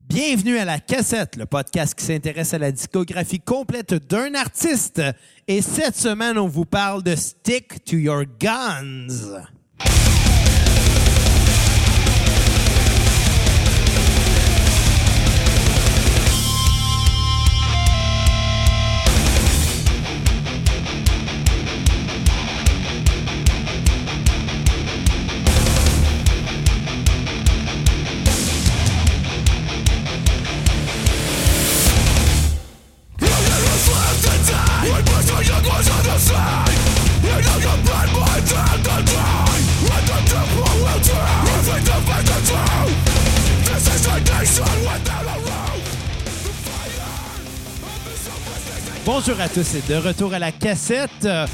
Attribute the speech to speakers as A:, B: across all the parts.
A: Bienvenue à La Cassette, le podcast qui s'intéresse à la discographie complète d'un artiste. Et cette semaine, on vous parle de Stick to Your Guns. Bonjour à tous et de retour à la cassette. Euh,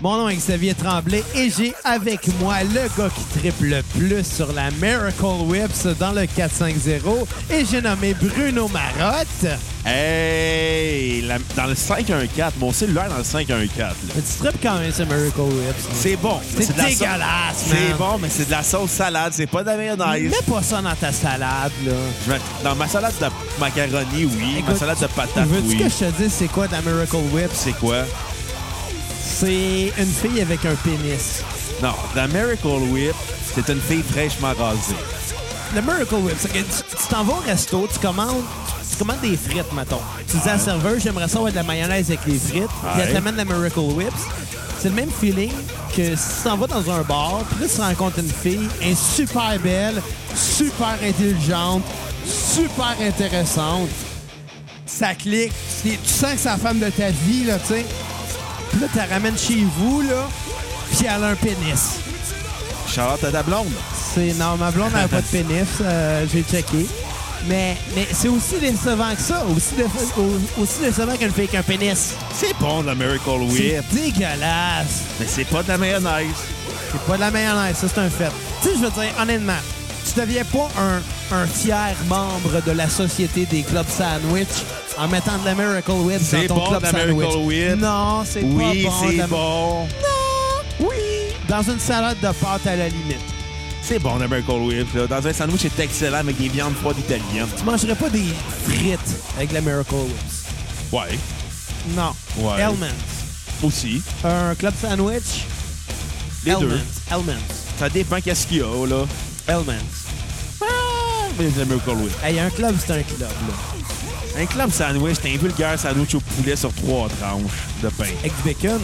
A: Mon nom est Xavier Tremblay et j'ai avec moi le gars qui triple le plus sur la Miracle Whips dans le 450 et j'ai nommé Bruno Marotte.
B: Hey! la- dans le 514, mon cellulaire dans le 514. là.
A: Mais tu tripes quand même sur Miracle Whips. hein?
B: C'est bon. mais
A: C'est
B: de la sauce-
A: dégueulasse, man.
B: C'est bon, mais c'est de la sauce salade, c'est pas de la mayonnaise.
A: Mets pas ça dans ta salade, là.
B: Je mets- Dans ma salade de macaroni, oui. ma
A: Écoute,
B: salade de patates,
A: Veux-tu
B: oui.
A: que je te dise c'est quoi de la Miracle Whips?
B: C'est quoi?
A: C'est une fille avec un pénis.
B: Non, la Miracle Whip, c'est une fille fraîchement rasée.
A: Le Miracle Whip, c'est que tu tu t'en vas au resto, tu commandes, tu commandes des frites, mettons. Tu dis à la serveur, j'aimerais ça avoir de la mayonnaise avec les frites. Puis elle
B: Ouais.
A: t'amène la Miracle Whips. C'est le même feeling que si tu t'en vas dans un bar, puis là, tu rencontres une fille, elle est super belle, super intelligente, super intéressante. Ça clique. Tu tu sens que c'est la femme de ta vie, là, tu sais. Puis là, tu la ramènes chez vous, là, puis elle a un pénis.
B: Charlotte à ta blonde.
A: C'est non, ma blonde n'a pas de pénis, euh, j'ai checké. Mais, mais c'est aussi décevant que ça, aussi, dé- au- aussi décevant qu'une fille avec un pénis.
B: C'est bon, la Miracle
A: C'est
B: Whip,
A: dégueulasse.
B: mais c'est pas de la mayonnaise.
A: C'est pas de la mayonnaise, ça c'est un fait. Tu sais, je veux dire, honnêtement, tu deviens pas un, un fier membre de la société des clubs sandwich en mettant de la Miracle Whip dans
B: C'est
A: ton
B: bon,
A: club
B: de la
A: sandwich.
B: Miracle Whip.
A: Non, c'est
B: Oui,
A: pas bon. de la-
B: c'est bon.
A: Oui. Dans une salade de pâtes à la limite.
B: C'est bon, la Miracle Whip. là. Dans un sandwich, c'est excellent avec des viandes froides italiennes.
A: Tu mangerais pas des frites avec de la Miracle Whip.
B: Ouais,
A: Non.
B: Ouais.
A: Hellman's.
B: aussi.
A: Un club sandwich.
B: Les deux.
A: Hellman's. Hellman's.
B: Ça dépend qu'est-ce qu'il y a, là.
A: Hellman's.
B: Ah, mais les Miracle Whip.
A: Hey, un club, c'est un club, là.
B: Un club sandwich, c'est un vulgaire sandwich au poulet sur trois tranches de pain.
A: Avec du bacon,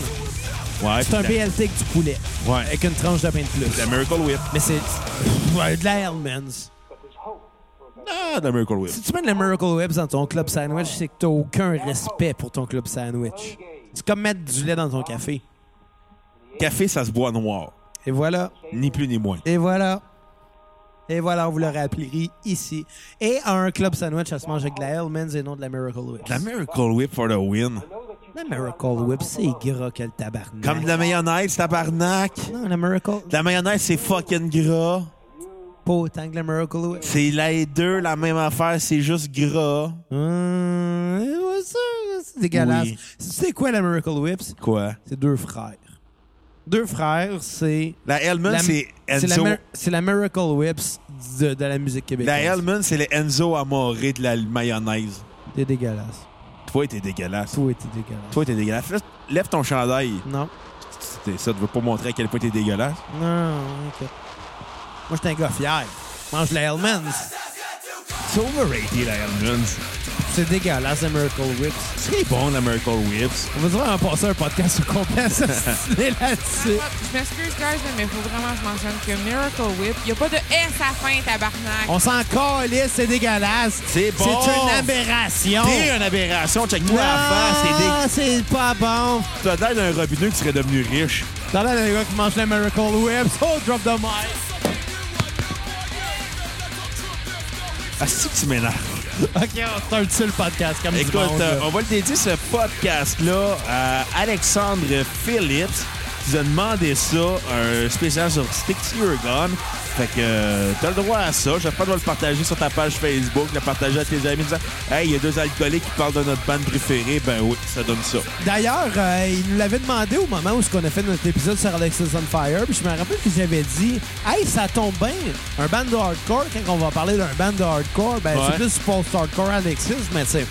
B: Ouais,
A: c'est un
B: puis
A: BLT avec du poulet.
B: la- Ouais,
A: Avec une tranche de pain de plus.
B: la Miracle Whip.
A: Mais c'est ouais, de la Hellman's.
B: Ah, la Miracle Whip.
A: Si tu mets de la Miracle Whips dans ton club sandwich, c'est que t'as aucun respect pour ton club sandwich. C'est comme mettre du lait dans ton café.
B: Café, ça se boit noir.
A: Et voilà.
B: Ni plus ni moins.
A: Et voilà. Et voilà, on vous l'aurait appelé ici. Et un club sandwich, ça se mange avec de la Hellman's et non de la Miracle Whip.
B: La Miracle Whip for the win.
A: La Miracle Whip, c'est gras que le tabarnak.
B: Comme de la mayonnaise, tabarnak.
A: Non, la Miracle...
B: La mayonnaise, c'est fucking gras.
A: Pas autant que la Miracle Whip.
B: C'est les deux, la même affaire, c'est juste gras.
A: Hum, ouais, ça, c'est dégueulasse.
B: Oui.
A: Tu sais quoi, la Miracle Whip? C'est-
B: Quoi?
A: C'est deux frères. Deux frères, c'est...
B: La Hellman,
A: la-
B: c'est
A: c'est la,
B: Enzo.
A: Mir- c'est la Miracle Whips de, de la musique
B: La
A: québécoise.
B: Hellman, c'est le Enzo Amore de la mayonnaise.
A: T'es dégueulasse.
B: Toi, t'es dégueulasse.
A: Toi, t'es dégueulasse.
B: Toi, t'es dégueulasse. Lève ton chandail.
A: Non.
B: C'était ça, tu veux pas montrer à quel point t'es dégueulasse.
A: Non, ok. Moi, j'étais un gars fier. Mange la Hellman's.
B: C'est overrated, Ben, la Hellman's.
A: C'est dégueulasse, la Miracle Whips.
B: C'est bon, la Miracle Whips.
A: On va dire, on va passer un podcast au complet, ça, c'est là-dessus.
C: Je m'excuse, guys, mais il faut vraiment que je mentionne que Miracle Whip, il n'y a pas de S à la fin, tabarnak.
A: On s'en calisse, c'est dégueulasse.
B: C'est bon.
A: C'est une aberration.
B: T'es une aberration, check-moi la face. t'es dégueulasse.
A: Ah, c'est pas bon.
B: T'as l'air d'un robineux qui serait devenu riche.
A: T'as l'air d'un gars qui mange le Miracle Whips. Oh, drop the mic.
B: Asti que tu m'énerves.
A: OK, on un le podcast comme
B: Écoute,
A: du monde,
B: euh,
A: là.
B: on va le dédier ce podcast-là à Alexandre Phillips, nous a demandé ça, un spécial sur Stick to Your Gun. Fait que euh, t'as le droit à ça. J'espère que tu vas le partager sur ta page Facebook, le partager à tes amis en disant Hey, il y a deux alcooliques qui parlent de notre bande préférée. Ben oui, ça donne ça.
A: D'ailleurs, euh, ils nous l'avaient demandé au moment où on a fait notre épisode sur Alexis on Fire, puis je me rappelle qu'ils avaient dit Hey, ça tombe bien, un band de hardcore, quand on va parler d'un band de hardcore, ben
B: Ouais.
A: c'est plus post-hardcore Alexis, mais tu sais.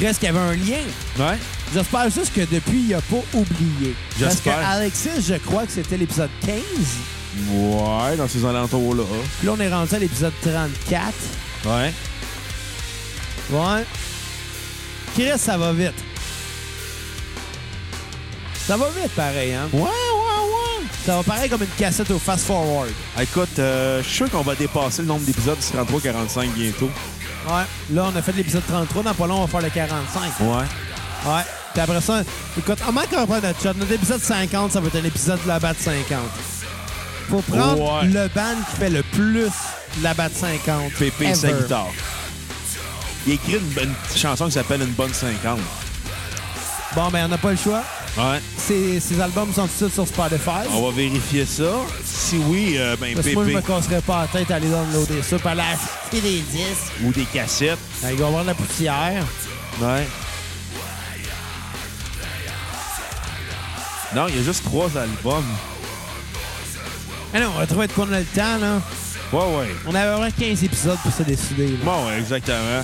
A: Reste qu'il y avait un lien.
B: Ouais.
A: J'espère juste que depuis, il n'a pas oublié. Parce que
B: J'espère.
A: Alexis, je crois que c'était l'épisode 15.
B: Ouais, dans ces alentours-là.
A: Puis là, on est rendu à l'épisode 34.
B: Ouais.
A: Ouais. Chris, ça va vite. Ça va vite, pareil, hein?
B: Ouais, ouais, ouais.
A: Ça va pareil comme une cassette au fast-forward.
B: Écoute, euh, je suis sûr qu'on va dépasser le nombre d'épisodes du 33-45 bientôt.
A: Ouais. Là, on a fait l'épisode 33. Dans pas long, on va faire le 45.
B: Ouais.
A: Ouais. Puis après ça, écoute, comment qu'on prend notre shot? Notre épisode 50, ça va être un épisode de la batte 50. Faut prendre
B: Ouais.
A: le band qui fait le plus de la batte 50.
B: Pépé
A: ever.
B: et sa guitare. Il a écrit une, bonne chanson qui s'appelle Une bonne 50.
A: Bon, ben, on n'a pas le choix.
B: Ouais.
A: Ces, ces albums sont tous sur Spotify.
B: On va vérifier ça. Si oui, euh, ben
A: Parce que moi, je
B: Pépé.
A: me casserais pas la tête à aller downloader ça, puis aller acheter des disques.
B: Ou des cassettes.
A: Ben, il va y avoir de la poussière.
B: Ouais. Non, il y a juste trois albums.
A: Mais Ah non, on va trouver de quoi on a le temps, là.
B: Ouais, ouais.
A: On avait vraiment 15 épisodes pour se décider. là.
B: Bon, ouais, exactement.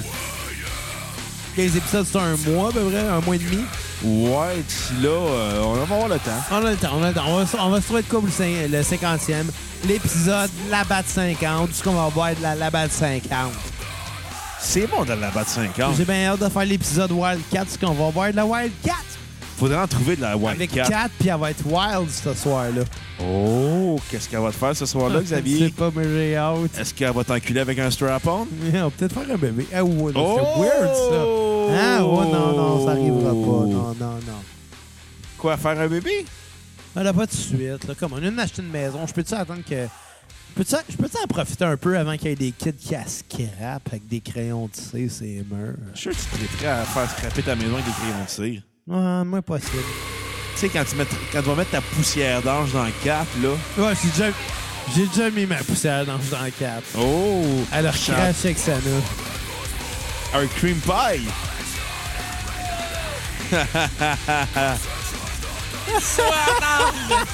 A: 15 épisodes, c'est un mois, à peu près, un mois et demi.
B: Ouais, d'ici là, euh, on va avoir le temps.
A: On a le temps, on a le temps. On va, se- on va se trouver de quoi pour le cin- le 50e. L'épisode de la batte 50, tout ce qu'on va voir de la, la batte 50.
B: C'est bon de la battre 50.
A: J'ai bien hâte de faire l'épisode Wildcat, ce qu'on va voir de la Wildcat.
B: Faudrait en trouver de la
A: Avec
B: Wildcat.
A: 4, puis elle va être wild ce soir-là.
B: Oh, qu'est-ce qu'elle va te faire ce soir-là,
A: Je
B: Xavier?
A: sais pas, mais j'ai hâte.
B: Est-ce qu'elle va t'enculer avec un strap-on?
A: On va peut-être faire un bébé. Ah ouais, c'est
B: Oh!
A: weird ça. Ah ouais, non, non, ça arrivera pas. Non, non, non.
B: Quoi, faire un bébé?
A: On l'a pas tout de suite. Là. Comme on vient d'acheter une maison, je peux-tu attendre que. Peux-tu- Je peux-tu en profiter un peu avant qu'il y ait des kids qui la scrapent avec des crayons tissés, c'est meurs.
B: Je suis sûr que tu te prêt à faire scraper ta maison avec des crayons de cire.
A: Ouais, moins possible.
B: Tu sais, quand, tu mets- quand tu vas mettre ta poussière d'ange dans le cap, là.
A: Ouais, j'ai déjà, j'ai déjà mis ma poussière dans, dans le cap.
B: Oh!
A: Elle a
B: Chat.
A: recraché avec ça, là.
B: Un cream pie!
C: Sois attendre.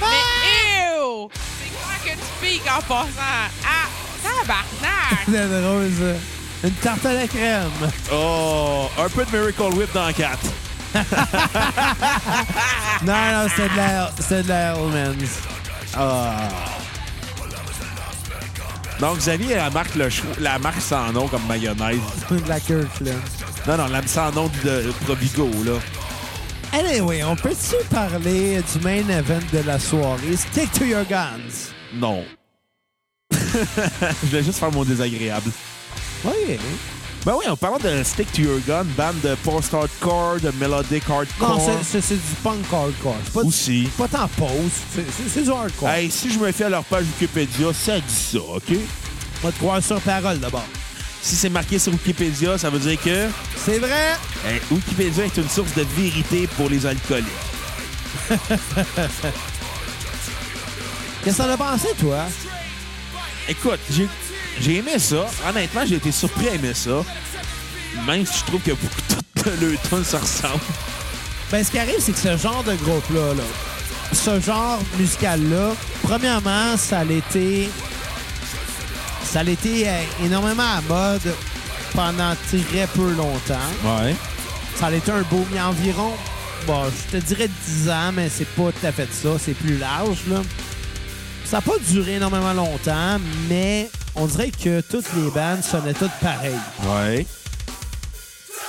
C: Mais ew! C'est quoi que tu piques en passant? Ah, tabarnak!
A: C'est drôle, ça. Une tarte à la crème.
B: Oh! Un peu de Miracle Whip dans le cap.
A: Non, non, c'était de la, c'était de la Hellman's.
B: Ah! Donc, Xavier, elle marque, le chou- la marque sans nom comme mayonnaise.
A: de la Kirkland.
B: Non, non, la sans nom de, de Provigo, là.
A: Anyway, on peut-tu parler du main event de la soirée? Stick to your guns.
B: Non. Je voulais juste faire mon désagréable.
A: Oui.
B: Ben oui, en parlant de Stick to Your Gun, band de post-hardcore, de melodic hardcore.
A: Non, c'est- c'est c'est du punk hardcore. C'est pas, du-
B: Aussi.
A: pas tant pause. C'est- c'est- C'est du hardcore.
B: Hey, si je me fie à leur page Wikipédia, ça dit ça, OK?
A: On va te croire sur parole d'abord.
B: Si c'est marqué sur Wikipédia, ça veut dire que
A: C'est vrai.
B: hey, Wikipédia est une source de vérité pour les alcooliques.
A: Qu'est-ce que t'en as pensé, toi?
B: Écoute, j'ai j'ai aimé ça. Honnêtement, j'ai été surpris à aimer ça. Même si je trouve que beaucoup de leurs tunes se ressemblent.
A: Ben, ce qui arrive, c'est que ce genre de groupe-là, là, ce genre musical-là, premièrement, ça l'était. Ça l'était euh, énormément à mode pendant très peu longtemps.
B: Ouais.
A: Ça a été un boom. Il y a environ, bon, je te dirais 10 ans, mais c'est pas tout à fait ça. C'est plus large, là. Ça n'a pas duré énormément longtemps, mais on dirait que toutes les bandes sonnaient toutes pareilles.
B: Ouais.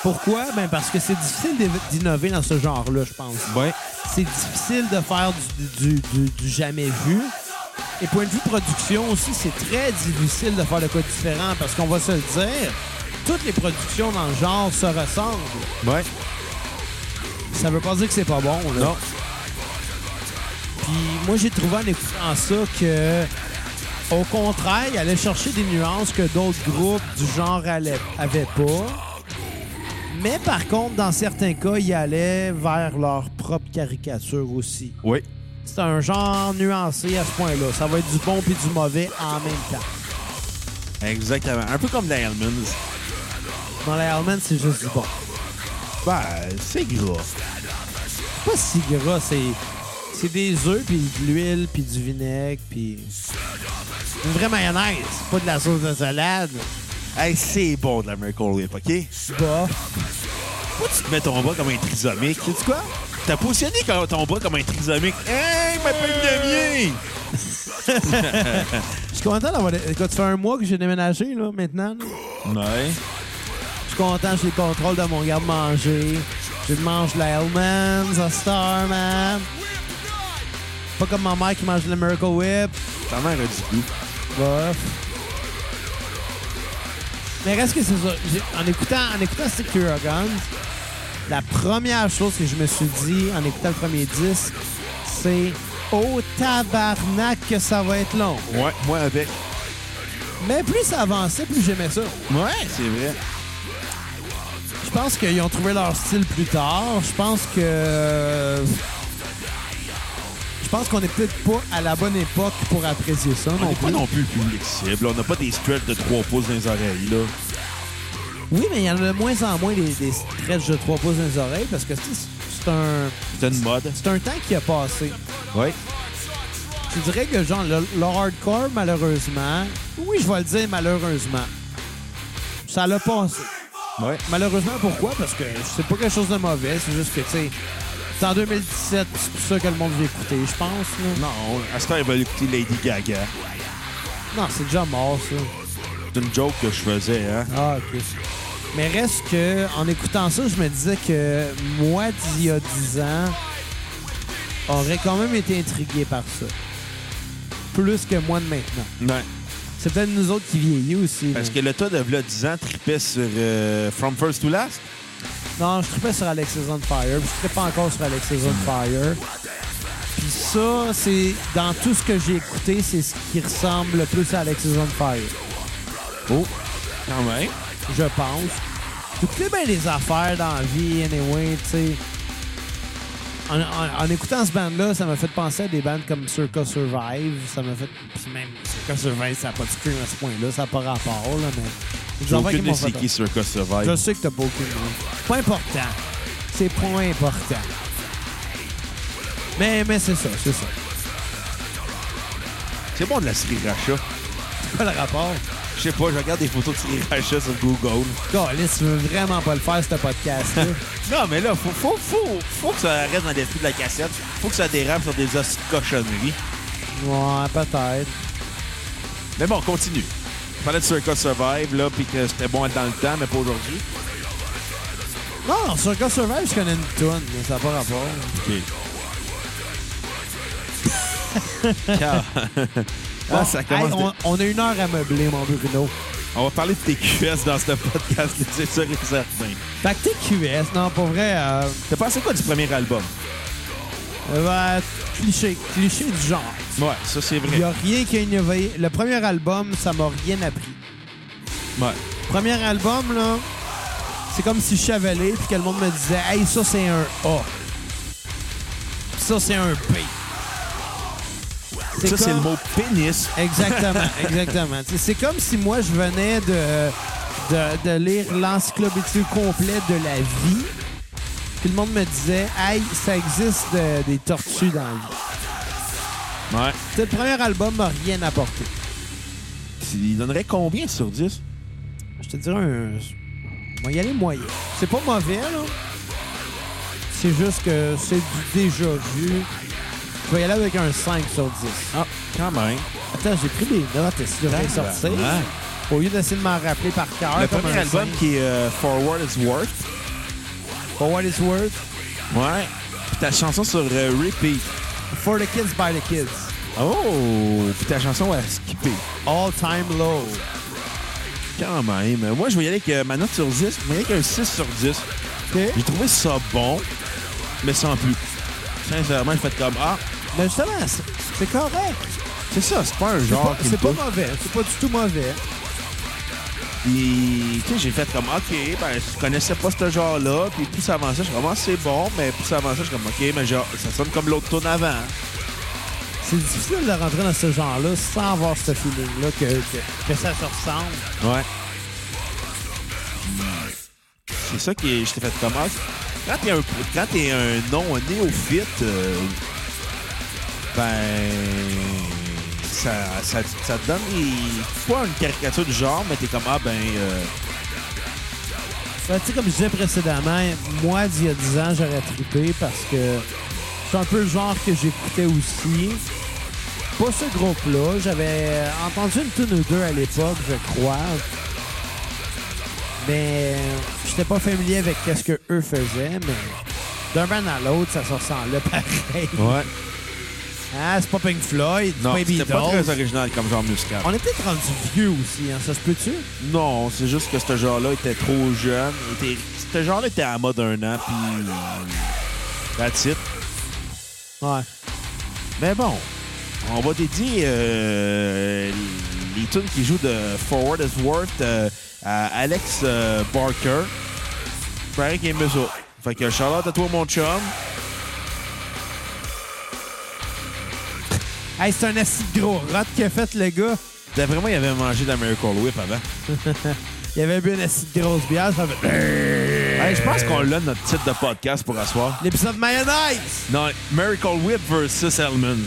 A: Pourquoi? Ben parce que c'est difficile d'é- d'innover dans ce genre-là, je pense.
B: Ouais.
A: C'est difficile de faire du, du- du- du jamais vu. Et point de vue production aussi, c'est très difficile de faire le quoi de différent parce qu'on va se le dire, toutes les productions dans le genre se ressemblent.
B: Ouais.
A: Ça veut pas dire que c'est pas bon, là.
B: Non.
A: Puis moi, j'ai trouvé en écoutant ça que, au contraire, il allait chercher des nuances que d'autres groupes du genre allaient- avaient pas. Mais par contre, dans certains cas, ils allaient vers leur propre caricature aussi.
B: Oui.
A: C'est un genre nuancé à ce point-là. Ça va être du bon puis du mauvais en même temps.
B: Exactement. Un peu comme les Hellmans.
A: Dans les Hellman, c'est juste du bon.
B: Ben, c'est gras.
A: Pas si gras, c'est... C'est des œufs, puis de l'huile, puis du vinaigre, puis... Une vraie mayonnaise, pas de la sauce de salade.
B: Hey, c'est bon de la Miracle Whip, OK?
A: Bah.
B: Pourquoi tu te mets ton bras comme un trisomique?
A: Sais-tu quoi?
B: T'as positionné quand- ton bras comme un trisomique. Hey, ma peine de mien!
A: Je suis content d'avoir... Quand tu fais un mois que j'ai déménagé, là, maintenant... là.
B: Ouais.
A: Je suis content, j'ai le contrôle de mon garde-manger. Je mange la Hellman's, la Starman. Pas comme ma mère qui mange le Miracle Whip.
B: Ta mère a du goût.
A: Bof. Mais reste que c'est ça. J'ai- En écoutant, en écoutant Stick to Your Guns, la première chose que je me suis dit en écoutant le premier disque, c'est Oh tabarnak que ça va être long.
B: Ouais, moi avec.
A: Mais plus ça avançait, plus j'aimais ça.
B: Ouais, c'est vrai.
A: Je pense qu'ils ont trouvé leur style plus tard. Je pense que. Je pense qu'on est peut-être pas à la bonne époque pour apprécier ça
B: On
A: non
B: n'est pas
A: plus.
B: non plus le public cible. On n'a pas des stretches de 3 pouces dans les oreilles, là.
A: Oui, mais il y en a de moins en moins des, des stretches de trois pouces dans les oreilles parce que c'est c'est un,
B: C'est une mode.
A: c'est un temps qui a passé.
B: Ouais.
A: Je dirais que genre le, le hardcore, malheureusement, oui, je vais le dire malheureusement, ça l'a passé.
B: Ouais.
A: Malheureusement, pourquoi? Parce que c'est pas quelque chose de mauvais, c'est juste que, tu sais, c'est en 2017, puis c'est pour ça que le monde veut écouter, je pense. là.
B: Non, à ce temps, ils veulent écouter Lady Gaga.
A: Non, c'est déjà mort, ça.
B: C'est une joke que je faisais, hein.
A: Ah, OK. Mais reste que, en écoutant ça, je me disais que moi, d'il y a 10 ans, aurait quand même été intrigué par ça. Plus que moi de maintenant.
B: Ouais.
A: C'est peut-être nous autres qui vieillis aussi.
B: Parce que
A: mais-
B: le tas de v'là 10 ans tripait sur euh, From First to Last.
A: Non, je trippais sur Alexis on Fire. puis Je trippais pas encore sur Alexis on Fire. Puis ça, c'est dans tout ce que j'ai écouté, c'est ce qui ressemble le plus à Alexis on Fire.
B: Oh. Quand même.
A: je pense. T'écoutais bien les affaires dans la vie, anyway, tu sais. En, en- en écoutant ce band-là, ça m'a fait penser à des bands comme Circa Survive. Ça m'a fait. Puis même Circa Survive, ça n'a pas de scream à ce point-là, ça n'a pas rapport, là, mais. Des
B: J'ai
A: affaires qui
B: aucune
A: m'ont
B: idée c'est
A: fait-
B: qui sur Cas Survive.
A: Je sais que t'as pas aucune idée. C'est pas important. C'est pas important. Mais, mais c'est ça, c'est ça.
B: C'est bon de la sriracha.
A: C'est pas le rapport.
B: Je sais pas, je regarde des photos de sriracha sur Google.
A: Calice, tu veux vraiment pas le faire, ce podcast-là.
B: Non, mais là, faut, faut, faut, faut que ça reste dans l'esprit de la cassette. Faut que ça dérape sur des os de cochonnerie.
A: ouais, peut-être.
B: Mais bon, on continue. Je parlais de Circa Survive, là, puis que c'était bon dans le temps, mais pas aujourd'hui.
A: Non, non, sur God Survive, je connais une toune, mais ça n'a pas rapport.
B: OK. Car- Ah, ça
A: Hey,
B: commence.
A: on, on a une heure à meubler, mon Bruno.
B: on... va parler de tes QS dans ce podcast, c'est sûr et certain.
A: Fait que t'es QS, non, pour vrai, euh,
B: T'as pensé quoi du premier album?
A: euh, ben, cliché, cliché du genre.
B: Ouais, ça c'est
A: Il
B: vrai.
A: n'y a rien qui a innové. Le premier album, ça m'a rien appris.
B: Ouais.
A: Premier album, là, c'est comme si je chavalais puis que le monde me disait « Hey, ça, c'est un A. Puis Ça, c'est un B. »
B: Ça, c'est
A: comme-
B: le mot pénis.
A: Exactement, exactement. Tu sais, C'est comme si moi, je venais de, de, de lire l'encyclopédie complète de la vie, puis le monde me disait « Hey, ça existe de- des tortues dans la vie.
B: Ouais. »
A: Tu sais, Le premier album m'a rien apporté.
B: Il donnerait combien sur 10?
A: Je te dirais un... On va y aller moyen. C'est pas mauvais, là. C'est juste que c'est du déjà vu. Je vais y aller avec un 5 sur 10.
B: Ah, quand même.
A: Attends, j'ai pris des notes, est-ce que je vais sortir?
B: Ouais.
A: Au lieu d'essayer de m'en rappeler par cœur,
B: Le
A: comme
B: premier
A: un
B: album
A: cinq.
B: qui est euh, Forward is Worth.
A: For what it's worth,
B: Ouais. Puis ta chanson sur euh, Repeat.
A: for the kids by the kids.
B: Oh! Puis ta chanson à skipper.
A: All time low.
B: Quand même. Moi, je vais y aller avec euh, ma note sur 10. Je vais y aller avec un 6 sur 10.
A: OK?
B: J'ai trouvé ça bon, mais sans plus. Sincèrement, j'ai fait comme Ah,
A: Mais justement, c'est- c'est correct.
B: c'est ça, c'est pas un
A: C'est
B: genre
A: pas-
B: qui me
A: C'est pas
B: touche.
A: mauvais. C'est pas du tout mauvais.
B: Puis, tu sais, j'ai fait comme, OK, ben, je connaissais pas ce genre-là. Puis plus ça avançait, je suis comme, Ah, c'est bon, mais plus ça avançait, je suis comme, OK, mais genre, ça sonne comme l'autre tourne avant.
A: C'est difficile de rentrer dans ce genre-là sans avoir ce feeling-là que, que, que ça se ressemble.
B: Ouais. C'est ça qui est, je t'ai fait comme, Ah, quand t'es un, quand t'es un non un néophyte, euh, ben, ça, ça, ça te donne des- pas une caricature du genre, mais t'es comme, ah, ben, euh,
A: Ben, tu sais, comme je disais précédemment, moi, d'il y a 10 ans, j'aurais trippé parce que c'est un peu le genre que j'écoutais aussi. Pas ce groupe-là. J'avais entendu une tune ou deux à l'époque, je crois. Mais j'étais pas familier avec qu'est-ce que eux faisaient, mais d'un band à l'autre, ça se ressemblait pareil.
B: ouais.
A: Ah, c'est pas Pink Floyd, c'est
B: Non,
A: pas les
B: c'était pas
A: Beatles.
B: très original comme genre musical.
A: On est peut-être rendu vieux aussi, hein, ça se peut-tu?
B: Ah, Non, c'est juste que ce genre-là était trop jeune. il était- Ce genre-là était à la mode un an, puis... euh, That's it.
A: Ouais.
B: Mais bon, on va dédier euh, les tunes qui jouent de Forward is Worth euh, à Alex euh, Barker. Frère qui est muso. Fait que Charlotte à toi, mon chum.
A: Hey, c'est un assis de gros rot qu'a fait le gars.
B: D'après moi, il avait mangé de la Miracle Whip avant.
A: Il avait bu une acide grosse bière, ça fait...
B: Hey, je pense qu'on l'a notre titre de podcast pour asseoir.
A: L'épisode mayonnaise!
B: Non, Miracle Whip versus Hellman.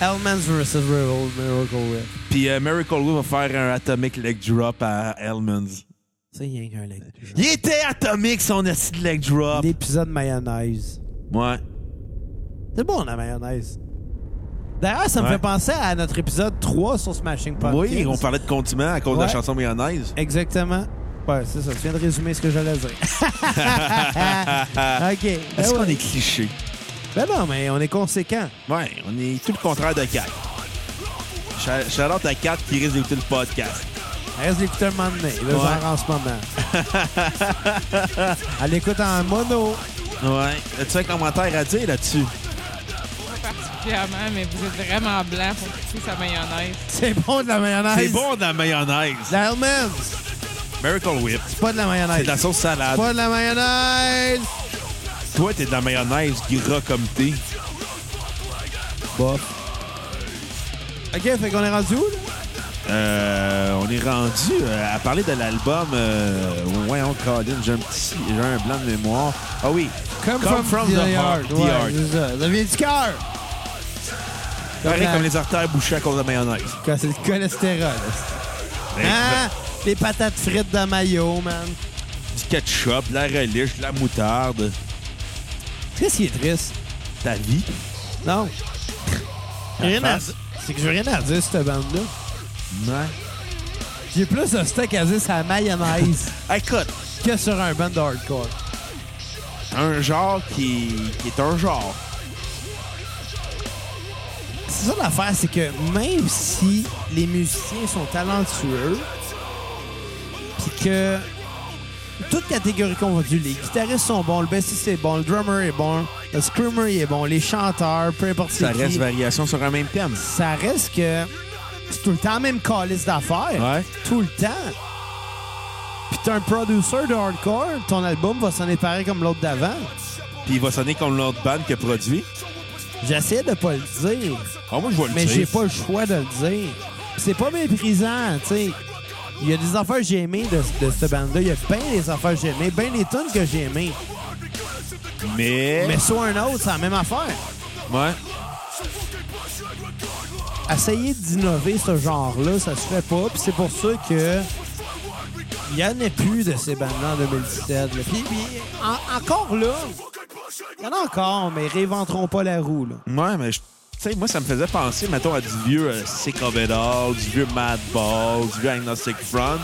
A: Hellman's vs. Miracle Whip.
B: Puis euh, Miracle Whip va faire un Atomic Leg Drop à Hellman's.
A: Ça, il y a qu'un leg.
B: Il était atomique son acide leg drop.
A: L'épisode mayonnaise.
B: Ouais.
A: C'est bon, la mayonnaise. D'ailleurs, ça me
B: Ouais.
A: fait penser à notre épisode 3 sur Smashing Pumpkins.
B: Oui, on parlait de condiments à cause de la
A: Ouais.
B: chanson mayonnaise.
A: Exactement. Ouais, c'est ça. Tu viens de résumer ce que j'allais dire. OK. Ben,
B: Est-ce qu'on
A: ouais.
B: est cliché?
A: Ben non, mais on est conséquent.
B: Ouais, on est tout le contraire de Kat. Cha- Charlotte à Kat qui risque d'écouter le podcast.
A: Reste l'écouter un moment donné. Le
B: Ouais.
A: genre en ce moment. Elle écoute en mono.
B: Ouais. As-tu un commentaire à dire là-dessus?
C: Pas particulièrement, mais vous êtes vraiment blanc pour toucher sa mayonnaise.
A: C'est bon de la mayonnaise.
B: C'est bon de la mayonnaise.
A: De la Hellman's.
B: Miracle Whip.
A: C'est pas de la mayonnaise.
B: C'est de la sauce salade.
A: Pas de la mayonnaise!
B: Toi, t'es de la mayonnaise gras comme thé.
A: Bof. OK, fait qu'on est rendu où, là?
B: Euh, on est rendu euh, à parler de l'album. Euh, voyons, Colin, j'ai un petit, j'ai un blanc de mémoire. Ah oui,
A: Come,
B: from the heart, the
A: Ouais,
B: heart.
A: c'est ça. Ça vient du cœur!
B: pareil
A: la-
B: comme les artères bouchées à cause de mayonnaise.
A: Quand c'est le cholestérol.
B: Ah.
A: Hein? Les patates frites de maillot, man.
B: Du ketchup, de la relish, de la moutarde.
A: Qu'est-ce qui est triste?
B: Ta vie.
A: Non. Rien à
B: face.
A: dire. C'est que j'ai rien à dire, cette bande-là.
B: Ouais.
A: J'ai plus de steak à dire sur la mayonnaise
B: Écoute,
A: que sur un band de hardcore.
B: un genre qui, qui est un genre.
A: C'est ça l'affaire, c'est que même si les musiciens sont talentueux, puis que toute catégorie qu'on va dire, les guitaristes sont bons, le bassiste est bon, le drummer est bon, le screamer il est bon, les chanteurs, peu importe
B: Ça
A: c'est qui,
B: reste variation sur un même thème.
A: ça reste que c'est tout le temps la même calice d'affaires,
B: Ouais.
A: tout le temps. Puis t'es un producer de hardcore, ton album va s'en pareil comme l'autre d'avant.
B: Puis il va sonner comme l'autre band qui a produit.
A: J'essaie de pas le dire.
B: Ah, moi, je vois le
A: mais
B: dire.
A: j'ai pas le choix de le dire. Puis C'est pas méprisant, tu sais. Il y a des affaires que j'ai aimées de, de cette bande-là. Il y a bien des affaires que j'ai aimées, bien des tunes que j'ai aimées.
B: Mais.
A: Mais soit un autre, c'est la même affaire.
B: Ouais.
A: Essayer d'innover ce genre-là, ça se fait pas. Puis c'est pour ça que il y en a plus de ces bandes-là en 2017. là. Puis, puis en- encore là, il y en a encore, mais ils réinventeront pas la roue. Là.
B: Ouais, mais je- tu sais, moi, ça me faisait penser, mettons, à du vieux euh, Sick of It All, du vieux Madball, du vieux Agnostic Front.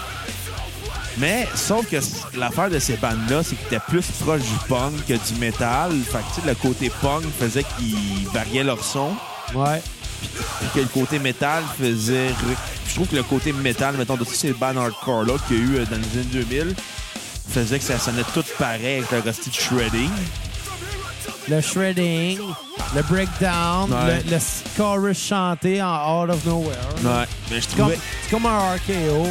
B: Mais, sauf que c- l'affaire de ces bandes-là, c'est qu'ils étaient plus proches du punk que du métal. Fait que, tu sais, le côté punk faisait qu'ils variaient leur son.
A: Ouais.
B: puis que le côté métal faisait. re- Je trouve que le côté métal, mettons, de tous ces bands hardcore-là qu'il y a eu euh, dans les années 2000, faisait que ça sonnait tout pareil avec le rusty de shredding.
A: le shredding, le breakdown,
B: Ouais.
A: le, le chorus chanté en Out of Nowhere.
B: Ouais. Mais je
A: C'est comme,
B: trouvais.
A: c'est comme un RKO.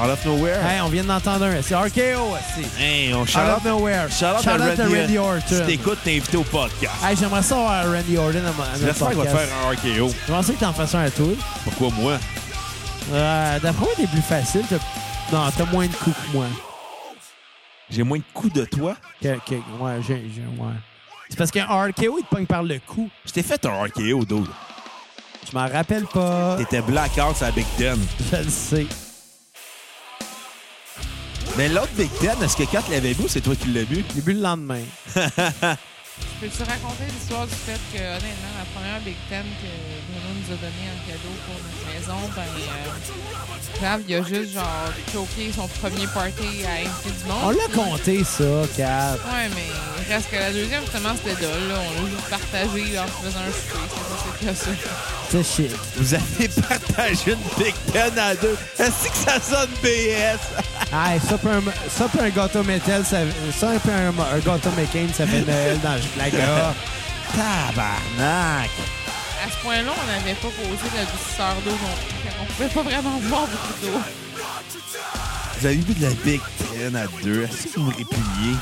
B: Out of Nowhere.
A: Hey, on vient d'entendre un. C'est RKO aussi.
B: Hey, on shout
A: Out
B: out,
A: of nowhere.
B: shout out à Randy, euh, Si
A: Orton.
B: t'écoutes, t'es invité au podcast.
A: Hey, j'aimerais ça avoir Randy Orton à, mon- à notre
B: J'espère qu'on va te
A: podcast.
B: faire un RKO.
A: Je pensais que t'en fasses un à toi.
B: Pourquoi moi?
A: Euh, D'après moi, t'es plus facile. t'as- Non, t'as moins de coups que moi.
B: J'ai moins de coups de toi.
A: Que- que- Ouais, j'ai... j'ai- ouais. C'est parce qu'un RKO, il te pogne par le cou.
B: Je t'ai fait un RKO, dude.
A: Je m'en rappelle pas.
B: T'étais blackout à Big Ten.
A: Je le sais.
B: Mais l'autre Big Ten, est-ce que Kat l'avait bu ou c'est toi qui l'as bu?
A: Début le lendemain.
C: Peux-tu raconter l'histoire du fait que, honnêtement, la première Big Ten que Bruno nous a donné en cadeau pour notre maison, ben, euh, Fab, il a juste, genre, choqué son premier party à inviter du monde.
A: On l'a compté, ça, Cap.
C: Ouais, mais reste que la deuxième, justement, c'était dole, là. On l'a juste partagé là, en se faisant un souper. C'est ça, c'est que ça.
A: C'est shit.
B: Vous avez partagé une Big Ten à deux. Est-ce que ça sonne BS?
A: Hey, ça, peut un, ça peut un gâteau métal, ça, ça un peu un, un gâteau McCain, ça fait Noël dans la gare.
B: Tabarnak!
C: À ce point-là, on n'avait pas posé l'adoucisseur d'eau non plus. On pouvait pas vraiment boire beaucoup d'eau.
B: Vous avez bu de la Big Ten à deux. Est-ce que vous me répugnez?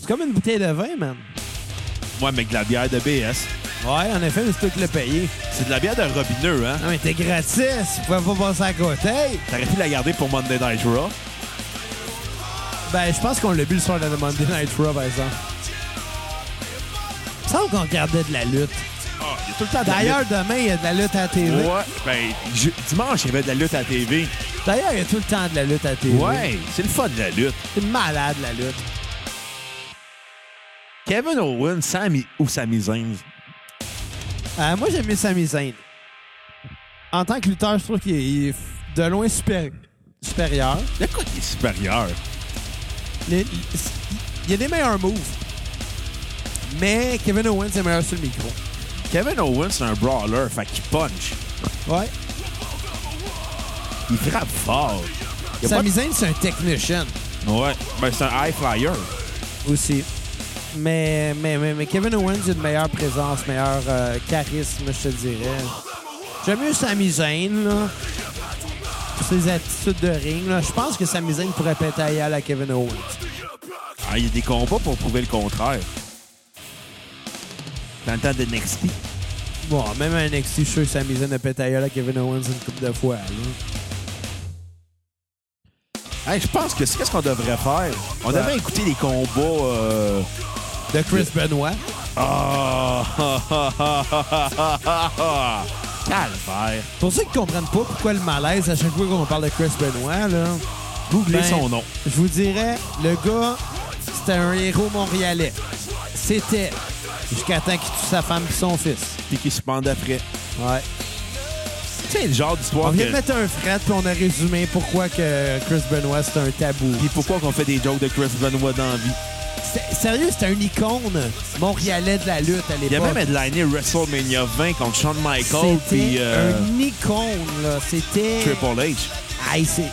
A: C'est comme une bouteille de vin, man.
B: Moi, avec de la bière de BS.
A: Ouais, en effet, mais c'est toi qui l'as payé.
B: C'est de la bière de robineux, hein?
A: Non, mais t'es gratis. Tu pouvais pas passer à côté.
B: T'aurais pu la garder pour Monday Night Raw.
A: Ben, je pense qu'on l'a bu le soir de la Monday Night Raw, par exemple. Il me semble qu'on regardait de la lutte.
B: Ah, il y a tout le temps de la
A: D'ailleurs, demain, il y a de la lutte à la
B: lutte.
A: TV.
B: Ouais, ben, je- dimanche, il y avait de la lutte à la TV.
A: D'ailleurs, il y a tout le temps de la lutte à la TV.
B: Ouais, c'est le fun de la lutte.
A: C'est malade, la lutte.
B: Kevin Owens, Sami ou Sami Zayn?
A: Euh, moi, j'aime mieux Sami Zayn. En tant que lutteur, je trouve qu'il est- il est de loin supé- supérieur.
B: Le quoi qui est supérieur?
A: Le- il- il y a des meilleurs moves. Mais Kevin Owens est meilleur sur le micro.
B: Kevin Owens, c'est un brawler, fait qu'il punch.
A: Ouais.
B: Il frappe fort. Il y a pas
A: Sami Zayn, c'est un technician
B: de- Ouais, ben, c'est un high flyer.
A: aussi. Mais, mais, mais, mais Kevin Owens a une meilleure présence, meilleur euh, charisme, je te dirais. J'aime mieux Sami Zayn, là. Pour ses attitudes de ring, là. Je pense que Sami Zayn pourrait péter à gueule à Kevin Owens.
B: Ah, il y a des combats pour prouver le contraire. Dans le temps de NXT.
A: Bon, même un NXT, je suis sûr que Sami Zayn a pété la gueule à Kevin Owens une couple de fois. là.
B: Hey, je pense que c'est qu'est-ce qu'on devrait faire. On
A: Ouais.
B: devrait écouter les combats. euh,
A: De Chris Benoit.
B: Ah, ah, ah, ah, ah, ah, ah, ah. Calvaire.
A: Pour ceux qui comprennent pas pourquoi le malaise à chaque fois qu'on parle de Chris Benoit, là,
B: Googlez
A: Ben,
B: son nom.
A: je vous dirais, le gars, c'était un héros montréalais. C'était. Jusqu'à temps qu'il tue sa femme et son fils.
B: Puis qui se pende après.
A: Ouais.
B: C'est le genre
A: On
B: d'histoire
A: vient de
B: que...
A: mettre un fret, puis on a résumé pourquoi que Chris Benoit, c'était un tabou.
B: Puis pourquoi qu'on fait des jokes de Chris Benoit dans la vie.
A: C'est- Sérieux, c'était une icône montréalais de la lutte à
B: Il y a
A: l'époque.
B: même headliné WrestleMania 20 contre Shawn Michaels puis
A: C'était
B: euh,
A: une icône, là. C'était...
B: Triple H
A: Hey, c'est...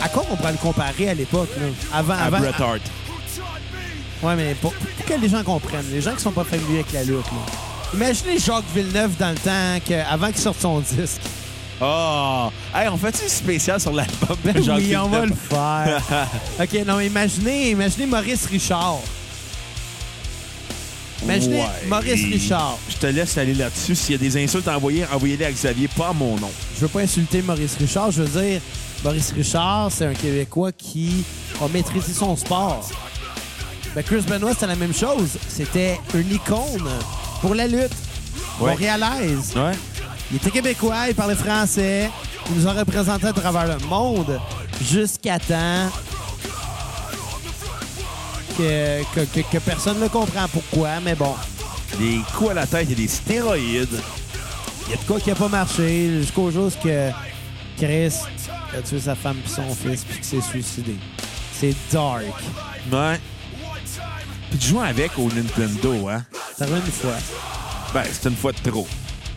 A: À quoi on pourrait le comparer à l'époque, là? Avant,
B: à
A: avant...
B: Bret Hart.
A: Ouais, mais pour, pour que les gens comprennent, les gens qui sont pas familiers avec la lutte, là. Imaginez Jacques Villeneuve dans le temps, que, avant qu'il sorte son disque.
B: Ah! Hey, on fait-tu une spéciale sur l'album
A: Ben
B: de Jacques
A: oui, on va le
B: Villeneuve?
A: faire. OK, non, imaginez, imaginez Maurice Richard. Imaginez
B: Ouais.
A: Ben, Maurice Richard.
B: Je te laisse aller là-dessus. S'il y a des insultes à envoyer, envoyez-les à Xavier, pas à mon nom.
A: Je veux pas insulter Maurice Richard, je veux dire, Maurice Richard, c'est un Québécois qui a maîtrisé son sport. Ben, Chris Benoit, c'était la même chose. C'était une icône pour la lutte.
B: Ouais.
A: Montréalaise.
B: Ouais.
A: Il était québécois, il parlait français, il nous a représentés à travers le monde jusqu'à temps que, que, que- que personne ne comprend pourquoi, mais bon,
B: Des coups à la tête et des stéroïdes.
A: il y a de quoi qui n'a pas marché jusqu'au jour où que Chris a tué sa femme puis son fils puis qu'il s'est suicidé. C'est dark.
B: Ouais. Puis de jouer avec au Nintendo, hein?
A: Ça revient une fois.
B: Ben, c'est une fois de trop.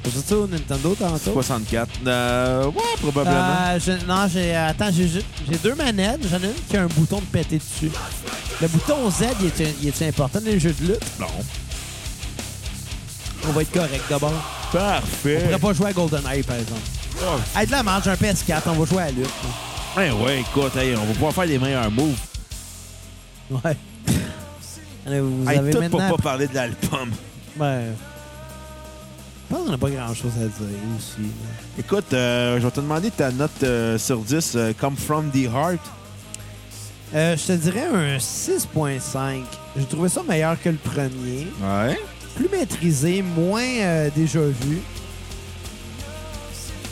A: J'ai dit ça au Nintendo tantôt.
B: 64. Euh, ouais, probablement.
A: Euh, je- non, j'ai. Attends, j'ai ju- j'ai deux manettes. J'en ai une qui a un bouton de péter dessus. Le bouton Z, il est, il est important dans les jeux de lutte.
B: Non.
A: On va être correct d'abord.
B: Parfait.
A: On pourrait pas jouer à GoldenEye, par exemple. Hey, de la marge, un PS4, on va jouer à la lutte.
B: Ouais, Oh. Ben ouais, écoute, hey, on va pouvoir faire les meilleurs moves.
A: Ouais. Allez, vous
B: Hey,
A: avez
B: tout pour
A: maintenant...
B: pas parler de l'album.
A: Ben, je pense qu'on n'a pas grand-chose à dire aussi. là.
B: Écoute, euh, je vais te demander ta note euh, sur 10, euh, Come From The Heart.
A: Euh, je te dirais un 6.5. J'ai trouvé ça meilleur que le premier.
B: Ouais.
A: Plus maîtrisé, moins euh, déjà vu.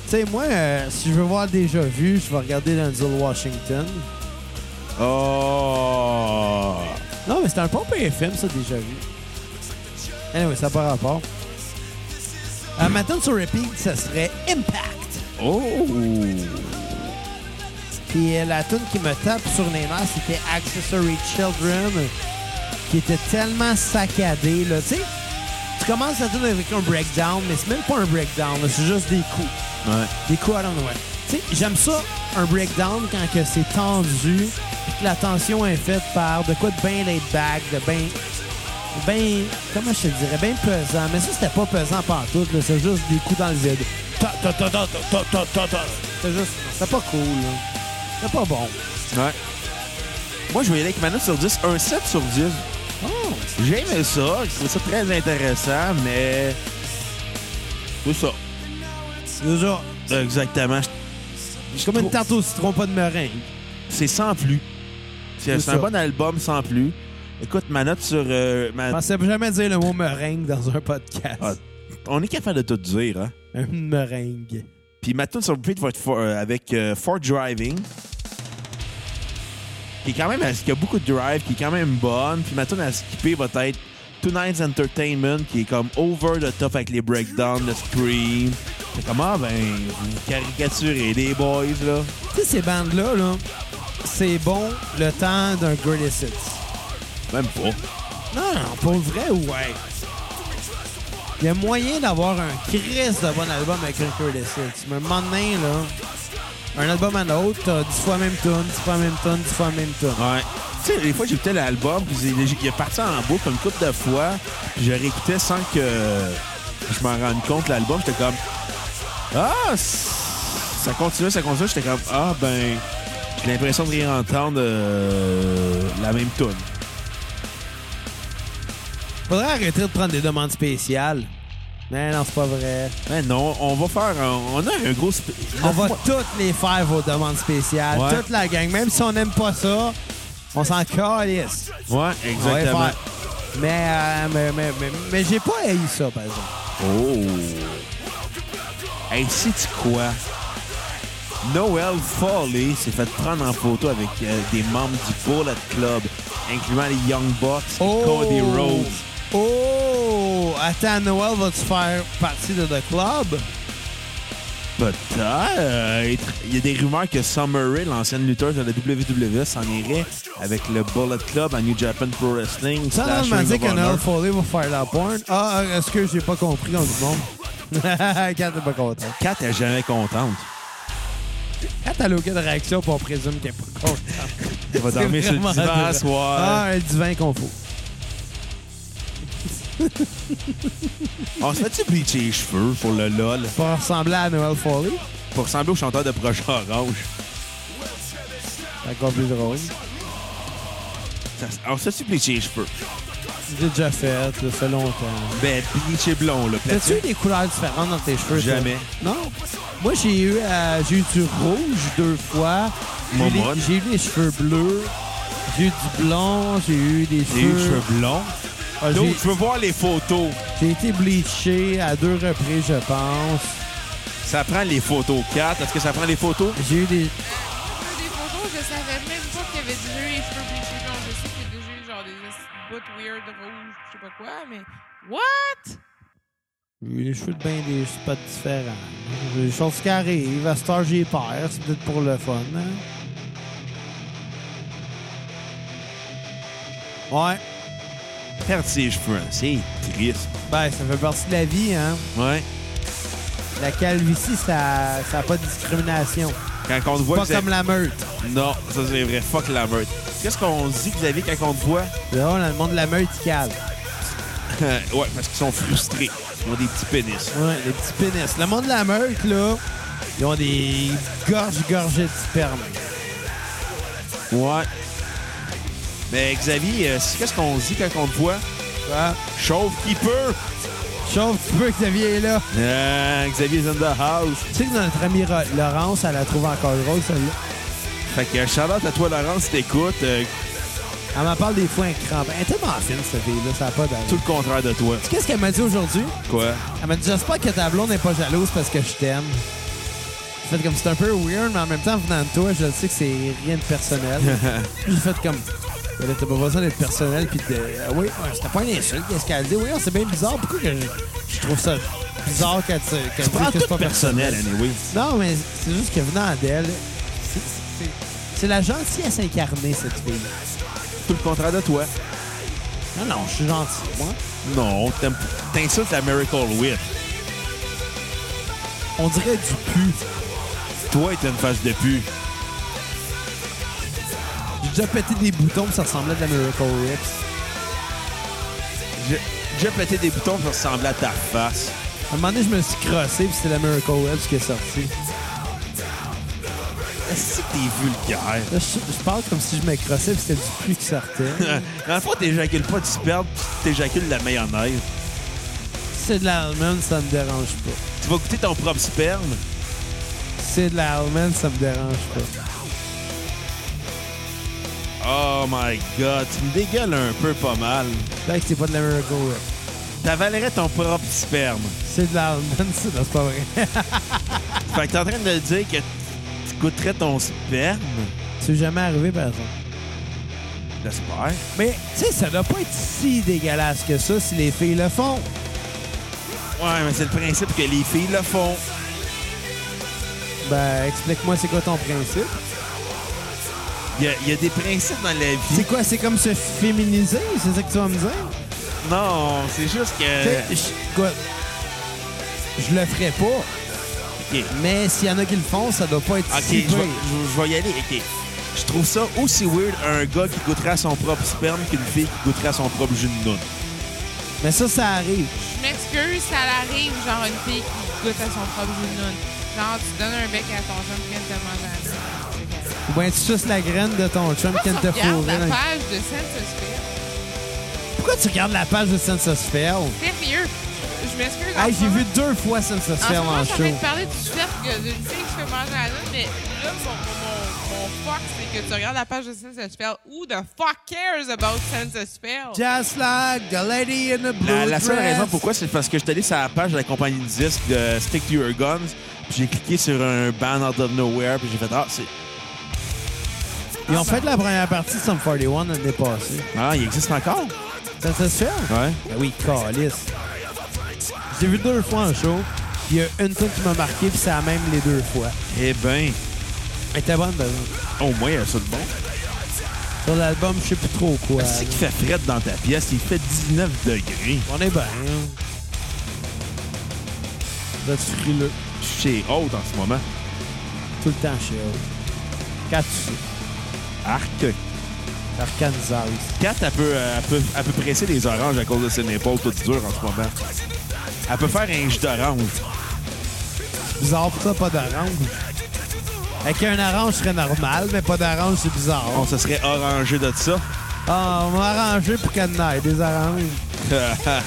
A: Tu sais, moi, euh, si je veux voir déjà vu, je vais regarder Denzel Washington.
B: Oh!
A: Non, mais c'est un bon pire film, ça, déjà vu. Anyway, ça n'a pas rapport. Euh, ma tune sur repeat, ça serait Impact.
B: Oh!
A: Puis euh, la tune qui me tape sur les nerfs, c'était Accessory Children, qui était tellement saccadée. Là. Tu sais, tu commences la tune avec un breakdown, mais c'est même pas un breakdown, là, c'est juste des coups.
B: Ouais.
A: Des coups à l'endroit. Tu sais, j'aime ça, un breakdown, quand que c'est tendu, puis que la tension est faite par de quoi de bien laid back, de bien. Ben, comment je te dirais, bien pesant. Mais ça, c'était pas pesant partout, là. C'est juste des coups dans le vide. Ta, ta, ta, ta, ta, ta, ta, ta. C'était juste, c'était pas cool, là. C'était pas bon.
B: Ouais. Moi, je vais y aller avec ma note sur 10, un 7 sur 10. J'ai aimé ça, je trouve ça très intéressant, mais. Tout ça.
A: Déjà,
B: Exactement.
A: c'est comme une tarte au citron, pas de meringue.
B: C'est sans plus. C'est
A: C'est
B: c'est un
A: ça.
B: bon album sans plus. Écoute, ma note sur. euh, ma-
A: Je pensais jamais dire le mot meringue dans un podcast.
B: Ah. On est capable de tout dire, hein?
A: Une meringue.
B: Puis ma tune sur repeat va être for- euh, avec euh, Fort Driving. Qui est quand même, qui a beaucoup de drive, qui est quand même bonne. Puis ma tune à skipper va être Tonight's Entertainment, qui est comme over the top avec les breakdowns, le scream. C'est comment, ben, vous caricaturez les boys, là.
A: Tu sais, ces bandes-là, là, c'est bon le temps d'un Greatest Hits.
B: Même pas.
A: Non, non, pour le vrai, ouais. Il y a moyen d'avoir un Chris de bon album avec un Curtis Hits. Mais un moment donné, là, un album à l'autre, t'as 10 fois même tune, 10 fois même tune, 10 fois même tune.
B: Ouais. Tu sais, des fois, j'écoutais l'album, puis j'ai- il est parti en boucle une couple de fois, puis je réécoutais sans que je m'en rende compte l'album. J'étais comme, ah, c- ça continuait, ça continuait. J'étais comme, ah, ben, j'ai l'impression de réentendre euh, la même tune.
A: Faudrait arrêter de prendre des demandes spéciales. Mais non, c'est pas vrai.
B: Mais Ben non, on va faire, un- on a un gros. sp-
A: On va toutes les faire, vos demandes spéciales.
B: Ouais.
A: Toute la gang. Même si on n'aime pas ça, on s'en calisse.
B: Ouais,
A: On va les
B: exactement.
A: faire. Mais, euh, mais, mais, mais, mais j'ai pas haï ça, par exemple.
B: Oh! Hey, sais-tu quoi? Noël Foley s'est fait prendre en photo avec euh, des membres du Bullet Club, incluant les Young Bucks et Cody Rhodes.
A: Oh! Attends, Noël, vas-tu faire partie de The Club?
B: Peut-être. Il y a des rumeurs que Summer Rae, l'ancienne lutteuse de la WWE, s'en irait avec le Bullet Club à New Japan Pro Wrestling.
A: Ça,
B: slash
A: on m'a
B: Ring
A: dit
B: of
A: que Noël
B: Honor.
A: Foley va faire la porn. Ah, euh, est-ce que j'ai pas compris dans le monde? Quand t'es pas content.
B: Kat est jamais contente.
A: Quand t'as le gars de réaction, puis on présume qu'elle est pas contente.
B: Elle va
A: C'est
B: dormir sur le
A: vraiment
B: divan à
A: dur.
B: soir.
A: Ah, un divin qu'on fout.
B: On se fait-tu bleacher les cheveux pour le LOL?
A: Pour ressembler à Noël Foley,
B: Pour ressembler au chanteur de Projet Orange.
A: c'est encore plus drôle.
B: Ça- on se fait-tu bleacher les cheveux?
A: J'ai déjà fait, ça fait longtemps.
B: Ben, bleaché blond, là.
A: T'as-tu
B: platine.
A: eu des couleurs différentes dans tes cheveux? toi?
B: Jamais.
A: Non. Moi, j'ai eu, euh, j'ai eu du rouge deux fois. J'ai eu les-
B: Momone.
A: J'ai eu les cheveux bleus. J'ai eu du blond. J'ai eu des
B: J'ai eu les
A: cheveux.
B: cheveux blonds.
A: Ah, j'ai-
B: Donc, tu veux voir les photos.
A: j'ai été bleaché à deux reprises, je pense.
B: Ça prend les photos 4. Est-ce que ça prend les photos?
A: J'ai eu des.
C: J'ai vu des photos, je savais même pas qu'il y avait déjà eu les cheveux bleachés blonds. Je sais qu'il y a déjà eu genre des bouts weird rouges, je sais pas quoi, mais. What?
A: j'ai eu les cheveux de bien des spots différents. J'ai eu Des choses qui arrivent. À cette heure, j'ai peur. C'est peut-être pour le fun. hein. Ouais.
B: Perdre ses cheveux, hein, c'est triste.
A: Ben, ça fait partie de la vie, hein.
B: Ouais.
A: La calvitie, ça n'a pas de discrimination.
B: Quand on te voit...
A: Pas
B: que vous
A: comme la meute.
B: avez- Non, ça c'est vrai. Fuck la meute. Qu'est-ce qu'on dit, Xavier, quand on te voit?
A: Là, on a le monde de la meute qui cale.
B: ouais, parce qu'ils sont frustrés. Ils ont des petits pénis.
A: Ouais, les petits pénis. Le monde de la meute, là, Ils ont des gorges gorgées de sperme.
B: Ouais. Mais Xavier, euh, c'est- qu'est-ce qu'on dit quand on te voit?
A: Voilà.
B: Chauve qui peut!
A: Sauf tu veux que Xavier est là.
B: Euh, Xavier is in the house.
A: Tu sais que notre amie Ra- Laurence, elle la trouve encore drôle, celle-là.
B: Fait que Charlotte, à toi, Laurence, t'écoutes. euh,
A: Elle m'en parle des fois un crampe. Elle est tellement fine, cette fille-là, ça n'a pas
B: tout
A: d'allure.
B: le contraire de toi.
A: Qu'est-ce qu'elle m'a dit aujourd'hui?
B: Quoi?
A: Elle m'a dit J'espère que ta blonde n'est pas jalouse parce que je t'aime. J'ai fait comme c'est un peu weird, mais en même temps, venant de toi, je le sais que c'est rien de personnel. J'ai fait comme Ben là, T'as pas besoin d'être personnel, puis de. Ah Oui, ouais, c'était pas une insulte, qu'est-ce qu'elle dit Oui, c'est bien bizarre. Pourquoi que je, je trouve ça bizarre qu'elle se- qu'elle dise que c'est pas
B: personnel, anyway.
A: Non, mais c'est juste que venant d'elle, c'est- c'est- c'est la gentillesse incarnée, cette fille.
B: Tout le contraire de toi.
A: Non, non, je suis gentil, moi.
B: Non, t'aimes- t'insultes la Miracle Whip.
A: On dirait du pu.
B: Toi, t'as une face de pu.
A: J'ai déjà pété des boutons, puis ça ressemblait à de la Miracle Whip.
B: J'ai j'ai pété des boutons pour ressembler à ta face.
A: À un moment donné, je me suis crossé, puis c'était la Miracle Whip qui est sortie.
B: Est-ce que t'es vulgaire?
A: Là, je, je parle comme si je me crossais, puis c'était du pu qui sortait.
B: Euh, Dans le fond, t'éjacules pas du sperme, t'éjacules de la mayonnaise.
A: c'est de l'allemande, ça me dérange pas.
B: Tu vas goûter ton propre sperme.
A: C'est de l'allemande, ça me dérange pas.
B: Oh my god, tu me dégueules un peu pas mal.
A: Là, que c'est pas de la Miracle Whip.
B: T'avalerais ton propre sperme.
A: C'est de l'allemande, ça, non, c'est pas vrai.
B: Fait que t'es en train de me dire que tu goûterais ton sperme.
A: C'est jamais arrivé, par exemple.
B: J'espère.
A: Mais, tu sais, ça doit pas être si dégueulasse que ça si les filles le font.
B: Ouais, mais c'est le principe que les filles le font.
A: Ben, explique-moi, c'est quoi ton principe?
B: Il y, a- il y a des principes dans la vie.
A: C'est quoi, c'est comme se féminiser? C'est ça que tu vas me dire?
B: Non, c'est juste
A: Tu
B: que.
A: sais, Je quoi, je le ferai pas,
B: Ok.
A: mais s'il y en a qui le font, ça doit pas être
B: Ok,
A: si
B: je vais-
A: pire.
B: je je vais y aller. Ok. Je trouve ça aussi weird un gars qui goûterait à son propre sperme qu'une fille qui goûterait à son propre jus de noun.
A: Mais ça, ça arrive.
C: Je m'excuse, ça arrive, genre une fille qui goûte à son propre jus de noun. Genre, tu donnes un bec à ton jeune qui vient de te manger un truc.
A: Ou bien tu suces la graine de ton chum
C: Pourquoi
A: qui
C: tu
A: te hein.
C: regardes
A: fourré.
C: la
A: dans-
C: page de Saint-Suspect?
A: Pourquoi tu regardes la page de Census Fail?
C: Sérieux? Je m'excuse. en
A: Hey,
C: ce
A: j'ai
C: moment-
A: vu deux fois Census
C: En ce
A: Fail
C: moment,
A: en
C: je suis en train
A: show.
C: de parler du fait que d'une fille qui se fait manger à la lune, mais là, mon, mon, mon fuck, c'est que tu regardes la page de Sense Spell. Who the fuck cares about Sense Spell?
A: Just like the lady in the blue
B: La, la seule
A: dress.
B: raison pourquoi, c'est parce que je suis allé sur la page de la compagnie de disques de Stick to Your Guns, puis j'ai cliqué sur un band out of nowhere, puis j'ai fait Ah, c'est.
A: Ils ont fait la première partie de Sum 41 l'année passée.
B: Ah, il existe encore?
A: Census Fail?
B: Ouais.
A: Ben oui, calice. J'ai vu deux fois en show. Il y a une tune qui m'a marqué, puis c'est la même les deux fois.
B: Eh ben,
A: Elle était bonne, par exemple.
B: au moins, il y a ça de bon.
A: Sur l'album, je sais plus trop quoi.
B: Ah, C'est qui fait fret dans ta pièce, il fait 19 degrés.
A: On est bien. hein. Là, tu cries le-
B: Je suis chez Haute en ce moment.
A: tout le temps chez eux. Quand tu sais,
B: Arc.
A: par Kansas.
B: Kat, elle peut, euh, elle, peut, elle peut presser des oranges à cause de ses épaules toutes dures en ce moment. Elle peut faire un jus d'orange.
A: C'est Bizarre pour ça, pas d'orange. Avec un orange, serait normal, mais pas d'orange, c'est bizarre.
B: On se serait orangé de ça.
A: Ah, on m'a arrangé pour qu'elle n'aille, des oranges.
B: Fait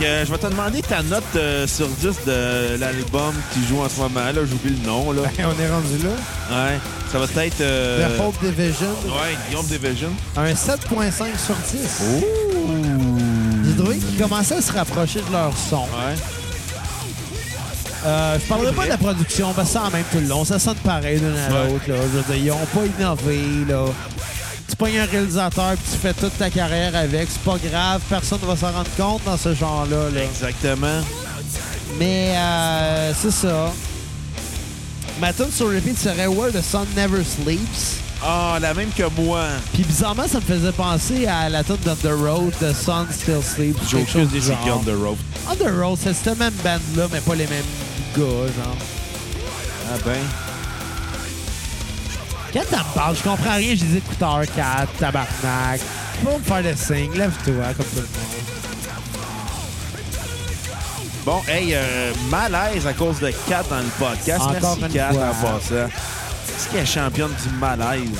B: que euh, je vais te demander ta note euh, sur 10 de l'album qui joue en ce moment. Là, j'oublie le nom. Là.
A: Ben, on est rendu là.
B: Ouais. Ça va être. euh,
A: The Hope Division,
B: Ouais, Guillaume Division.
A: un 7.5 sur 10. J'ai trouvé qu'ils commençaient à se rapprocher de leur son.
B: Ouais.
A: Euh, je parlerai pas de la production, parce que ça en même tout le long, ça sonne pareil d'un à
B: Ouais.
A: l'autre. là. Je veux dire, ils ont pas innové. Là. Tu pognes un réalisateur puis tu fais toute ta carrière avec, c'est pas grave, personne ne va s'en rendre compte dans ce genre-là. là.
B: Exactement.
A: Mais euh, c'est ça. Ma tune sur repeat serait Where the Sun Never Sleeps.
B: Ah, la même que moi.
A: Puis bizarrement, ça me faisait penser à la tune de The Road, The Sun Still Sleeps.
B: J'ai
A: quelque chose
B: aucune
A: du
B: idée c'est
A: genre.
B: Guillaume The Road.
A: On The Road, c'est cette même bande-là, mais pas les mêmes gars, genre.
B: Ah ben.
A: Quand t'en parles, je comprends rien, j'ai des écouteurs 4, tabarnak. Tu peux me faire le signe, lève-toi, comme tout le monde.
B: Bon, hey, euh, malaise à cause de Kat dans le podcast.
A: Encore
B: Merci
A: une
B: Kat
A: fois.
B: en passant. Est-ce qu'elle est championne du malaise?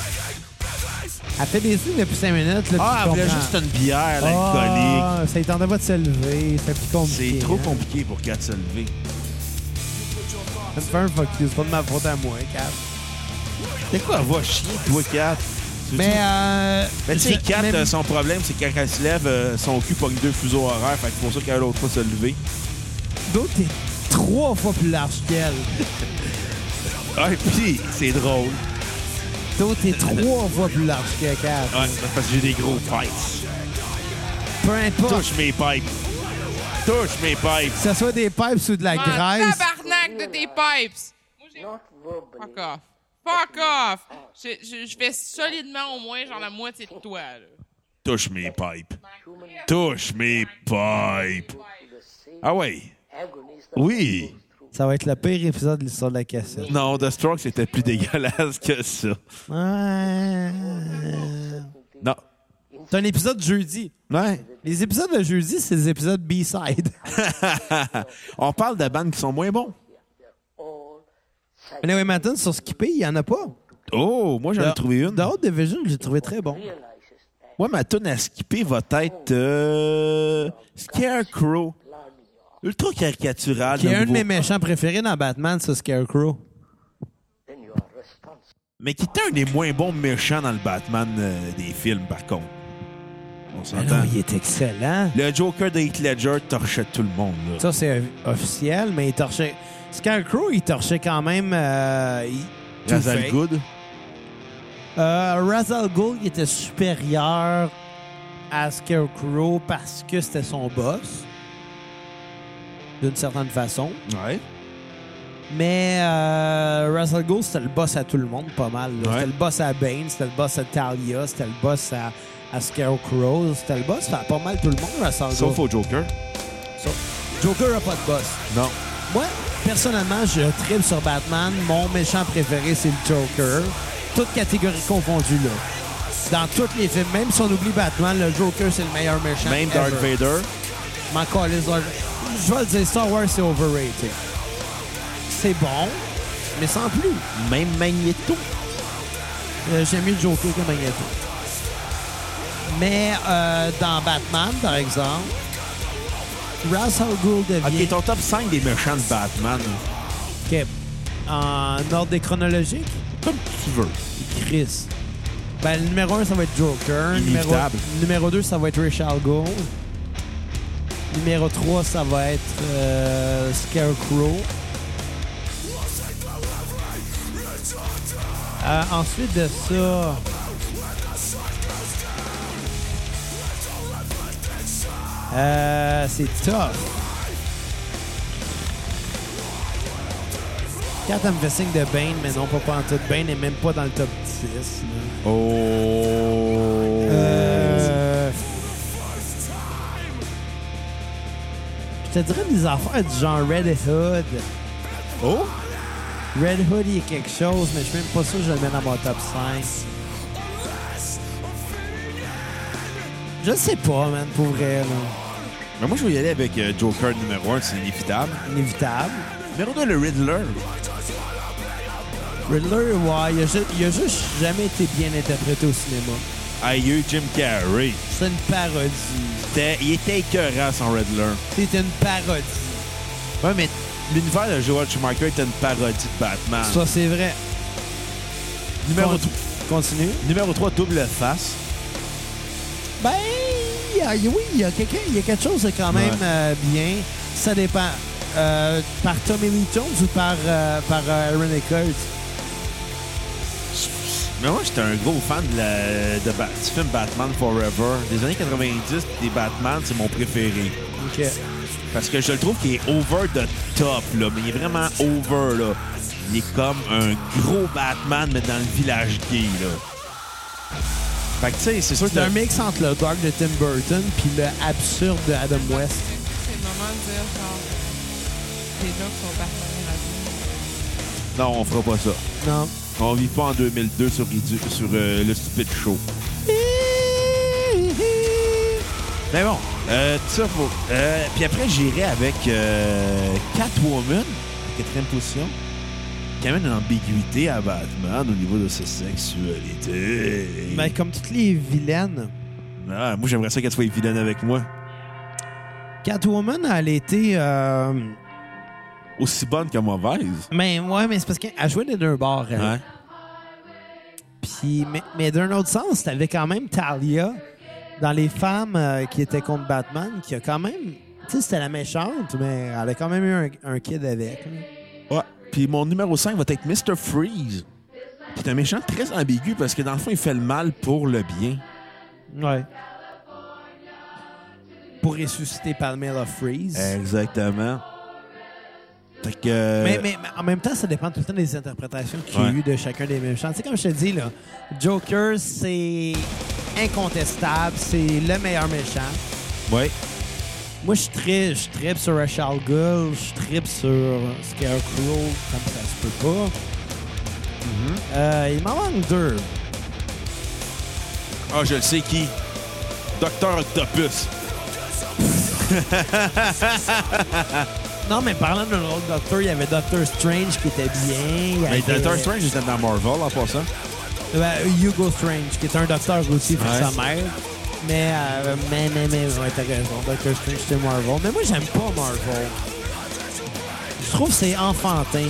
A: Elle fait des signes depuis 5 minutes. Là,
B: Ah,
A: tu
B: elle voulait
A: comprends.
B: juste une bière, l'alcoolique.
A: Ah, ça ne tentait pas de se lever. C'est plus compliqué.
B: C'est trop
A: hein.
B: compliqué pour Kat de se lever.
A: Ça me fait un fuck you. C'est pas de ma faute à moi, Cap.
B: T'es quoi, va chier, toi, Kat? Tu veux-tu-
A: Mais, euh,
B: Mais tu sais,
A: je-
B: Kat,
A: mais-
B: euh, son problème, c'est que quand elle se lève, euh, son cul pogne deux fuseaux horaires. Fait que c'est pour ça qu'elle a l'autre fois se lever.
A: D'autres, t'es trois fois plus large qu'elle.
B: Ah, et puis, c'est drôle.
A: D'autres, t'es trois fois plus large que Cap.
B: Ouais, c'est parce que j'ai des gros pipes.
A: Peu importe.
B: Touche mes pipes. Touche mes pipes.
A: Que ce soit des pipes ou de la
C: Ah,
A: graisse.
C: Tabarnak de tes pipes! Moi, j'ai- Fuck off. Fuck off! Je, je, je fais solidement au moins genre la moitié de toi, là.
B: Touche mes pipes. Touche mes pipes. Ah ouais. Oui.
A: Ça va être le pire épisode de l'histoire de la cassette.
B: Non, The Strokes c'était plus dégueulasse que ça.
A: Ouais.
B: Non.
A: C'est un épisode jeudi.
B: Ouais.
A: Les épisodes de jeudi, c'est les épisodes B-side.
B: On parle de bandes qui sont moins bons.
A: Mais anyway, maintenant, sur Skippy, il n'y en a pas.
B: Oh, moi j'en ai trouvé une.
A: The Hot Division, je l'ai trouvé très bon.
B: Moi, ma tune à skipper va être euh, Scarecrow. Ultra caricatural.
A: Qui est
B: de
A: un de
B: nouveau.
A: mes méchants préférés dans Batman, c'est Scarecrow.
B: Mais qui était un des moins bons méchants dans le Batman euh, des films, par contre. On s'entend.
A: Ah Non, il est excellent.
B: Le Joker de Heath Ledger torchait tout le monde. là.
A: Ça, c'est euh, officiel, mais il torchait. Scarecrow, il torchait quand même. Euh, il-
B: Ra's al
A: Two-Face.
B: Ghul.
A: Euh, Ra's al Ghul, il était supérieur à Scarecrow parce que c'était son boss. D'une certaine façon.
B: Ouais.
A: Mais euh, Ra's al Ghul, c'était le boss à tout le monde, pas mal. là.
B: Ouais.
A: C'était le boss à Bane, c'était le boss à Talia, c'était le boss à, à Scarecrow, c'était le boss à pas mal tout le monde, Ra's al Ghul.
B: Sauf au Joker.
A: Sauf- Joker n'a pas de boss.
B: Non.
A: Moi, personnellement, je tripe sur Batman. Mon méchant préféré, c'est le Joker. Toutes catégories confondues, là. Dans tous les films, même si on oublie Batman, le Joker, c'est le meilleur méchant.
B: Même Darth
A: ever.
B: Vader.
A: Je m'en calisse, Darth- Je vais le dire, Star Wars, c'est overrated. C'est bon, mais sans plus.
B: Même Magneto.
A: Euh, J'aime mieux le Joker que Magneto. Mais euh, dans Batman, par exemple, Ra's al Ghul devient...
B: Ok, ton top 5 des méchants de Batman.
A: Ok. En ordre des chronologiques,
B: Comme tu veux.
A: Chris. Ben, le numéro 1, ça va être Joker. Numéro,
B: Inévitable.
A: numéro 2, ça va être Rich Al Ghul. Numéro 3, ça va être euh, Scarecrow. Euh, ensuite de ça... Euh, c'est tough. Quand elle me fait signe de Bane, mais non, pas, pas en tout. Bane est même pas dans le top 10. là.
B: Oh.
A: Euh, Je te dirais des affaires du genre Red Hood.
B: Oh.
A: Red Hood, il y a quelque chose, mais je suis même pas sûr que je le mets dans mon top 5. Je sais pas, man, pour vrai, là.
B: Mais moi, je vais y aller avec euh, Joker numéro 1, c'est inévitable.
A: Inévitable.
B: Numéro 2, le Riddler.
A: Riddler, ouais, il a, ju- il a juste jamais été bien interprété au cinéma.
B: Aïe, eu Jim Carrey.
A: C'est une parodie.
B: C'était- il était écœurant, son Riddler.
A: C'est une parodie.
B: Ouais, mais l'univers de Joel Schumacher était une parodie de Batman.
A: Ça, c'est vrai.
B: numéro,
A: Con-
B: trois-
A: Continue.
B: numéro 3, double face.
A: Ben, il y a- oui, il y a quelqu'un, il y a quelque chose de quand même
B: Ouais.
A: euh, bien. Ça dépend. Euh, par Tommy Lee Jones ou par, euh, par euh, Aaron Eckert?
B: Mais moi, j'étais un gros fan de la- de Bat- du film Batman Forever. Des années 90, des Batman, c'est mon préféré.
A: OK.
B: Parce que je le trouve qu'il est over the top, là. Mais il est vraiment over, là. Il est comme un gros Batman, mais dans le village gay, là. Fait que, tu sais, c'est sûr que...
A: C'est un
B: t'as-
A: mix entre le dark de Tim Burton puis le absurde de Adam West.
C: C'est le moment de dire genre. Tes jokes sont partenaires à vous.
B: Non, on fera pas ça.
A: Non.
B: On vit pas en 2002 sur, Ridu- sur euh, le stupide show. Mais bon, euh, tout ça, faut. euh, puis après, j'irai avec euh, Catwoman, en quatrième position, qui amène une ambiguïté à Batman au niveau de sa sexualité.
A: Mais Ben, comme toutes les vilaines,
B: Ah, moi, j'aimerais ça qu'elle soit évidente avec moi.
A: Catwoman, elle était. euh,
B: Aussi bonne que mauvaise.
A: Mais ouais, mais c'est parce qu'elle jouait les deux bords. elle.
B: Ouais.
A: Puis, mais, mais d'un autre sens, t'avais quand même Talia dans les femmes euh, qui étaient contre Batman, qui a quand même. Tu sais, c'était la méchante, mais elle a quand même eu un, un kid avec. là.
B: Ouais. Puis mon numéro 5 va être Mr. Freeze. C'est un méchant très ambigu parce que dans le fond, il fait le mal pour le bien.
A: Ouais. Pour ressusciter Palmela Freeze.
B: Euh, Exactement. Fait que.
A: Mais, mais, mais en même temps, ça dépend tout le temps des interprétations qu'il y a
B: euh, Ouais.
A: eu de chacun des méchants. Tu sais, comme je te dis, là, Joker, c'est incontestable, c'est le meilleur méchant.
B: Ouais.
A: Moi, je tripe, je tripe sur Rachel Gull, je tripe sur Scarecrow, comme ça se peut pas. Euh, il m'en manque deux.
B: Ah, je le sais qui. Docteur Octopus.
A: Non, mais parlant d'un autre docteur, il y avait Doctor Strange qui était bien. il y
B: Mais
A: avait-
B: Doctor Strange, il était dans Marvel en passant.
A: Ben, Hugo Strange, qui est un docteur aussi pour
B: Ouais.
A: sa mère. Mais, euh, mais, mais, mais, ouais, t'as raison. Doctor Strange, c'est Marvel. Mais moi, j'aime pas Marvel. Je trouve que c'est enfantin.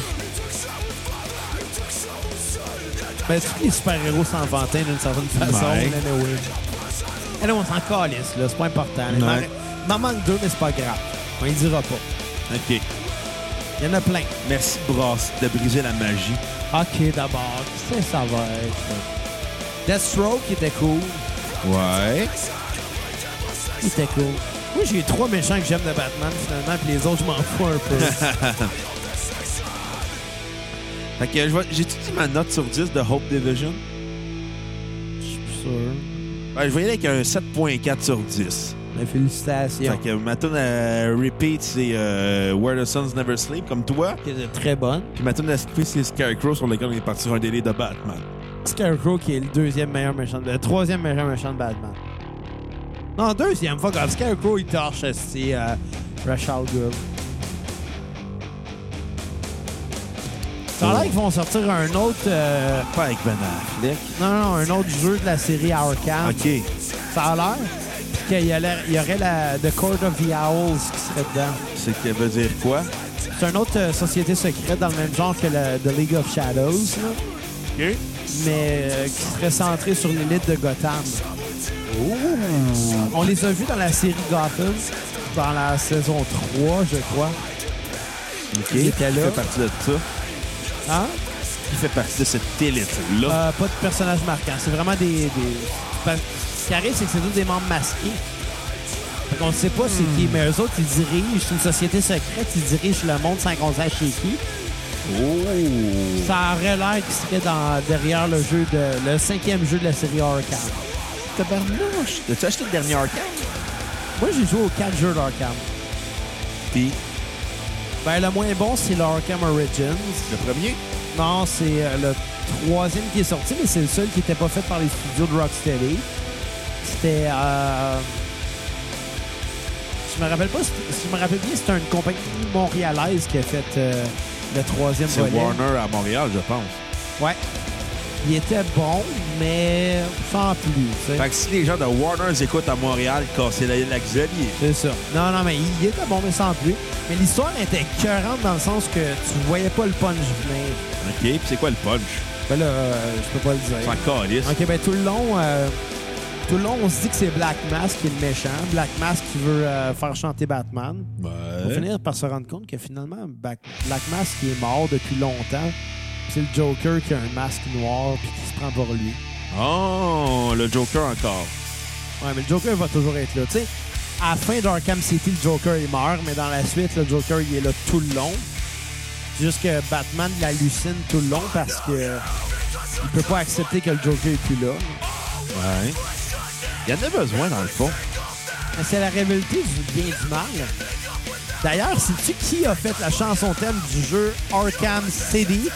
A: Ben, tous les super-héros sont enfantins d'une certaine façon.
B: Ouais.
A: là, mais oui. Et là, on s'en calisse, là. C'est pas important. Il m'en-
B: Ouais.
A: Il m'en manque deux, mais c'est pas grave. On y dira pas.
B: OK.
A: Il y en a plein.
B: Merci, Brass, de briser la magie.
A: OK, d'abord. Tu sais, ça va être... Deathstroke était cool.
B: Ouais.
A: C'était cool. Moi, j'ai trois méchants que j'aime de Batman, finalement, puis les autres, je m'en fous un peu.
B: Fait que je vais- j'ai tout dit ma note sur 10 de Hope Division.
A: Je suis plus sûr.
B: Ouais, je vais y aller avec un 7.4 sur 10.
A: Mais félicitations.
B: Fait que ma tune à repeat, c'est euh, Where the Suns Never Sleep, comme toi.
A: Qui est très bonne.
B: Puis ma tune à skipper, c'est Scarecrow, sur lequel on est parti sur un délai de Batman.
A: Scarecrow, qui est le deuxième meilleur méchant, de... le troisième meilleur méchant de Batman. Non, deuxième, fuck off. Scarecrow, il torche, c'est euh, Rachel Gould. Ça a l'air qu'ils vont sortir un autre... euh,
B: Pas avec Ben Affleck.
A: Non, non, non, un autre jeu de la série Arkham.
B: OK.
A: Ça a l'air. Puis qu'il y, a la- il y aurait la The Court of the Owls qui serait dedans.
B: C'est que veut dire quoi?
A: C'est une autre euh, société secrète dans le même genre que la, The League of Shadows, là,
B: OK.
A: mais euh, qui serait centrée sur l'élite de Gotham. On les a vus dans la série Gotham, dans la saison 3, je crois.
B: OK.
A: Il était là.
B: Qui fait partie de ça?
A: Hein?
B: Qui fait partie de cette élite-là?
A: Euh, pas de personnage marquant. C'est vraiment des. des- parce- Ce qui arrive, c'est que c'est tous des membres masqués. Fait qu'on ne sait pas c'est qui, mais eux autres, ils dirigent. C'est une société secrète, ils dirigent le monde sans qu'on sache c'est qui. Ah.
B: Oh!
A: Ça aurait l'air qu'il serait dans, derrière le jeu de le cinquième jeu de la série Arkham.
B: Tabarnouche! T'as-tu acheté le dernier arcade?
A: Moi, j'ai joué aux quatre jeux d'Arkham.
B: Puis,
A: Ben, le moins bon, c'est l'Arkham Origins.
B: le premier?
A: Non, c'est euh, le troisième qui est sorti, mais c'est le seul qui n'était pas fait par les studios de Rocksteady. C'était... euh, Je me rappelle pas, si si je me rappelle bien, c'était une compagnie montréalaise qui a fait euh, le troisième
B: C'est
A: volet.
B: Warner à Montréal, je pense.
A: Ouais. Il était bon, mais sans plus. tu sais.
B: Fait que si les gens de Warner écoutent à Montréal, casser la, la Xavier.
A: C'est ça. Non, non, mais il était bon, mais sans plus. Mais l'histoire était écœurante dans le sens que tu voyais pas le punch venir.
B: OK, puis c'est quoi le punch?
A: Ben là, euh, je peux pas le dire.
B: Sans calice.
A: Ok, ben tout le long, euh, tout le long, on se dit que c'est Black Mask qui est le méchant. Black Mask qui veut euh, faire chanter Batman.
B: Ben,
A: On va
B: Ouais.
A: finir par se rendre compte que finalement, Bac- Black Mask il est mort depuis longtemps. C'est le Joker qui a un masque noir puis qui se prend pour lui.
B: Oh, le Joker encore.
A: Ouais, mais le Joker va toujours être là. Tu sais, à la fin d'Arkham City, le Joker il meurt, mais dans la suite, le Joker il est là tout le long. C'est juste que Batman l'hallucine tout le long parce que il peut pas accepter que le Joker est plus là.
B: Ouais. Il y en a besoin, dans le fond.
A: Mais C'est la rivalité du bien et du mal. D'ailleurs, sais-tu qui a fait la chanson thème du jeu Arkham City?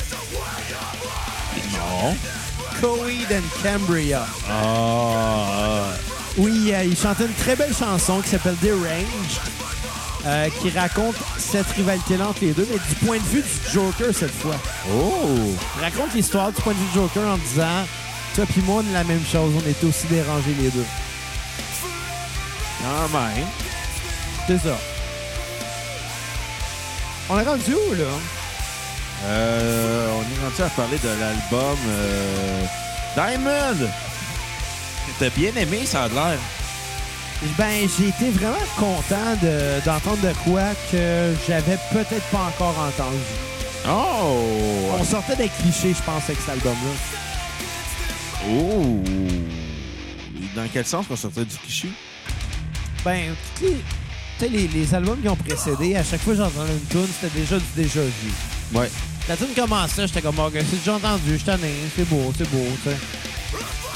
B: Non.
A: Coed and Cambria.
B: Ah.
A: Oui, euh, il chantait une très belle chanson qui s'appelle Deranged, euh, qui raconte cette rivalité-là entre les deux, mais du point de vue du Joker cette fois.
B: Oh!
A: Il raconte l'histoire du point de vue du Joker en disant Toi puis moi, on est la même chose, on était aussi dérangés les deux.
B: Quand même.
A: C'est ça. On est rendu où, là?
B: Euh, on est rendu à parler de l'album euh, Diamond. T'as bien aimé, ça a l'air.
A: Ben, j'ai été vraiment content de- d'entendre de quoi que j'avais peut-être pas encore entendu.
B: Oh!
A: On sortait des clichés, je pense, avec cet album-là.
B: Oh! Dans quel sens qu'on sortait du cliché?
A: Ben, tu sais, tu sais, les, les albums qui ont précédé, à chaque fois que j'entendais une tune, c'était déjà du déjà vu.
B: Ouais.
A: La tune commençait, j'étais comme, ok, c'est déjà entendu, je t'en ai, c'est beau, c'est beau, tu sais.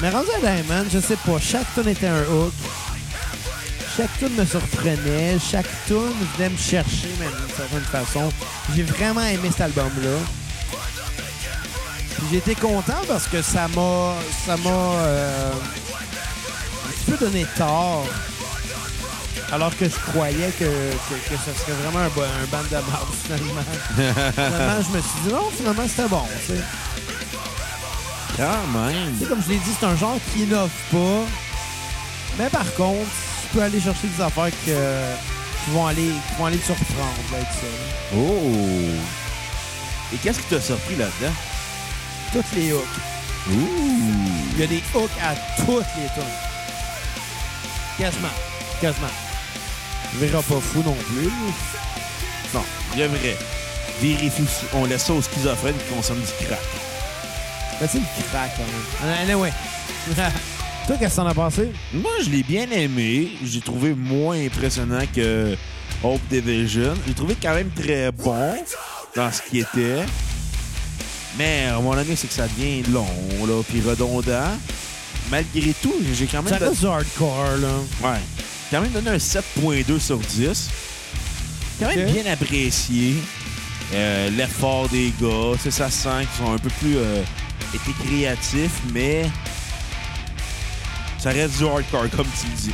A: Mais rendu à Diamond, je sais pas, chaque tune était un hook. Chaque tune me surprenait, chaque tune venait me chercher, même d'une certaine façon. J'ai vraiment aimé cet album-là. Puis J'étais content parce que ça m'a. ça m'a. euh, un petit peu donné tort. Alors que je croyais que, que, que ce serait vraiment un, bo- un band de marde, finalement. finalement, je me suis dit, non, finalement, c'était bon. tu sais.
B: Quand même.
A: Tu sais, comme je l'ai dit, c'est un genre qui innove pas. Mais par contre, tu peux aller chercher des affaires que- qui, vont aller, qui vont aller te surprendre là, avec ça.
B: Oh! Et qu'est-ce qui t'a surpris là-dedans?
A: Toutes les hooks.
B: Ouh!
A: Il y a des hooks à toutes les tunes. Quasiment. Quasiment. Verra pas fou non plus.
B: Non, le vrai. Vérifie, si on laisse ça aux schizophrènes qui consomment du crack.
A: Mais c'est le crack quand même. Ah, Anyway. Toi, qu'est-ce que t'en as pensé?
B: Moi, je l'ai bien aimé. J'ai trouvé moins impressionnant que Hope Division. J'ai trouvé quand même très bon dans ce qui était. Mais à mon avis, c'est que ça devient long, là, puis redondant. Malgré tout, j'ai quand même...
A: Ça
B: don-
A: reste du hardcore, là.
B: Ouais. Quand même donné un 7.2 sur 10. Quand même
A: Ok.
B: bien apprécié. Euh, L'effort des gars, c'est ça sent qu'ils sont un peu plus euh, été créatifs, mais ça reste du hardcore, comme tu le dis.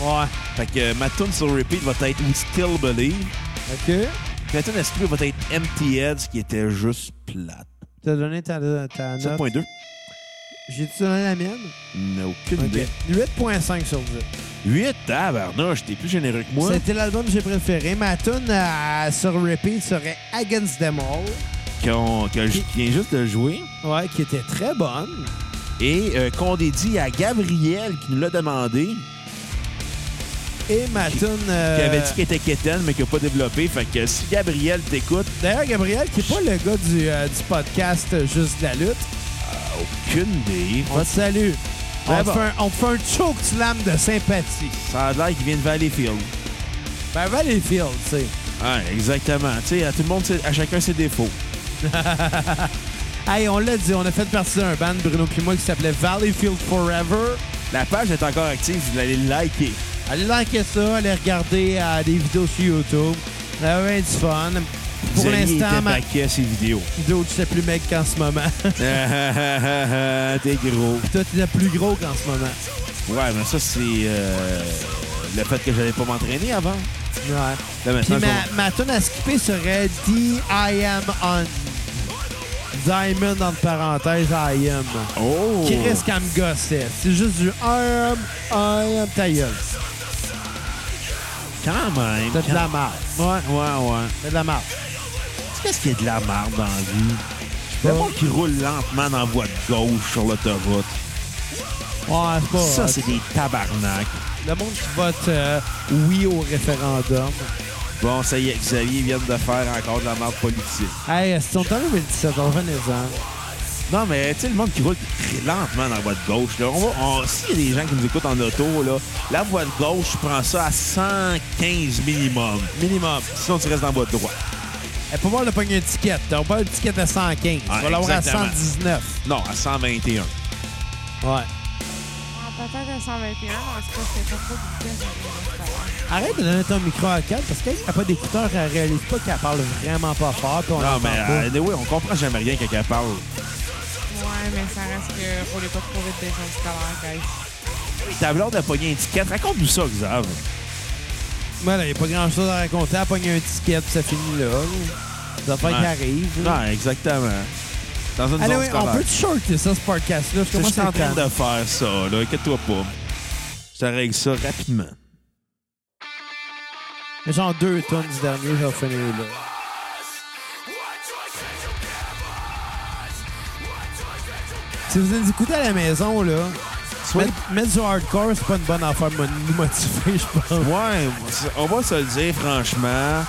A: Ouais.
B: Fait que euh, ma tune sur repeat va être We Still Believe.
A: OK.
B: Puis Ma tune à skipper va être Empty Heads, qui était juste plate.
A: T'as donné ta, ta note.
B: 7.2?
A: J'ai-tu donné la mienne?
B: Non, aucune
A: Ok.
B: idée.
A: 8.5 sur 10.
B: 8 tabarnouche, t'es plus généreux que moi.
A: C'était l'album que j'ai préféré. Ma tune à- sur repeat serait Against Them All,
B: Qu'on- que je viens juste de jouer.
A: ouais, qui était très bonne.
B: Et euh, qu'on dédie à Gabriel, qui nous l'a demandé,
A: Et ma tune... euh,
B: qui avait dit qu'elle était quétaine, mais qui n'a pas développé. Fait que si Gabriel t'écoute,
A: D'ailleurs, Gabriel, qui n'est pas le gars du, euh, du podcast euh, Juste de la lutte,
B: aucune idée.
A: on te salue.
B: Très
A: On,
B: bon.
A: te fait un, on te fait un choke slam de sympathie.
B: Ça a l'air qu'il vient de Valleyfield.
A: Ben, Valleyfield, tu sais.
B: Ouais, exactement. Tu sais, à tout le monde, c'est- à chacun ses défauts.
A: Hey, on l'a dit, on a fait partie d'un band, Bruno puis moi, qui s'appelait Valleyfield Forever.
B: La page est encore active, vous allez le liker.
A: Allez liker ça, allez regarder euh, des vidéos sur YouTube. Ça va être du fun. Pour
B: Xavier
A: l'instant,
B: était
A: ma
B: paquet à ses vidéos.
A: vidéo, tu sais plus mec qu'en ce moment.
B: T'es gros.
A: Toi, tu es plus gros qu'en ce moment.
B: Ouais, mais ça, c'est euh, le fait que j'allais pas m'entraîner avant.
A: Ouais. Puis
B: Là, maintenant,
A: ma,
B: je-
A: ma tune à skipper serait D I am on. Diamond entre parenthèses I am.
B: Oh!
A: Qui risque à me gosser. C'est juste du I am, I am ta gueule.
B: Quand même.
A: T'as de la
B: quand-
A: marde. Ouais,
B: Ouais, ouais.
A: t'as de la marde.
B: Qu'est-ce qu'il y a de la marde dans la vie?
A: Bon.
B: Le monde qui roule lentement dans la voie de gauche sur l'autoroute.
A: Ouais, c'est pas.
B: Ça, c'est des tabarnaks.
A: Le monde qui vote euh, oui au référendum.
B: Bon, ça y est, Xavier vient de faire encore de la marde politique.
A: Hey, c'est ton temps 2017, on revenez-en.
B: Non, mais tu sais, le monde qui roule très lentement dans la voie de gauche, là, on va, on- s'il y a des gens qui nous écoutent en auto, là, la voie de gauche, tu prends ça à 115 minimum.
A: Minimum.
B: Sinon, tu restes dans la voie de droite.
A: Et Eh, pour moi, on a pogné une ticket. On pas une ticket à 115. on
B: Ouais,
A: va l'avoir à
B: exactement.
A: 119.
B: Non, à 121.
A: Ouais.
C: En Ah, peut-être à 121, en tout cas, c'était pas trop de vitesse dans les restaurants.
A: Arrête de donner ton micro à Kat parce qu'elle n'a pas d'écouteur, elle réalise pas qu'elle parle vraiment pas fort. Puis on
B: non,
A: l'entend
B: mais
A: pas.
B: euh, anyway, on comprend jamais rien quand elle parle.
C: Ouais, mais ça reste que roulez pas trop vite des gens scolaires, guys.
B: ta blonde a pogné un ticket. Raconte-nous ça, Xav.
A: Voilà, il n'y a pas grand-chose à raconter. Elle pogne un ticket, puis ça finit là. Des affaires
B: Ouais.
A: qui arrivent. là.
B: Non, exactement. Dans une
A: Allez,
B: zone
A: ouais, on
B: scolaire.
A: peut shorter ça, ce podcast-là? Je
B: Je
A: commence
B: suis en
A: à
B: train
A: le
B: de faire ça, là. Inquiète-toi pas. Je te règle ça rapidement.
A: Mais Genre deux tonnes du dernier, je vais finir là. Si vous nous écoutez à la maison, là,
B: Soyez-
A: mettre, mettre du hardcore, c'est pas une bonne affaire de nous motiver, je pense.
B: Ouais, on va se le dire, franchement.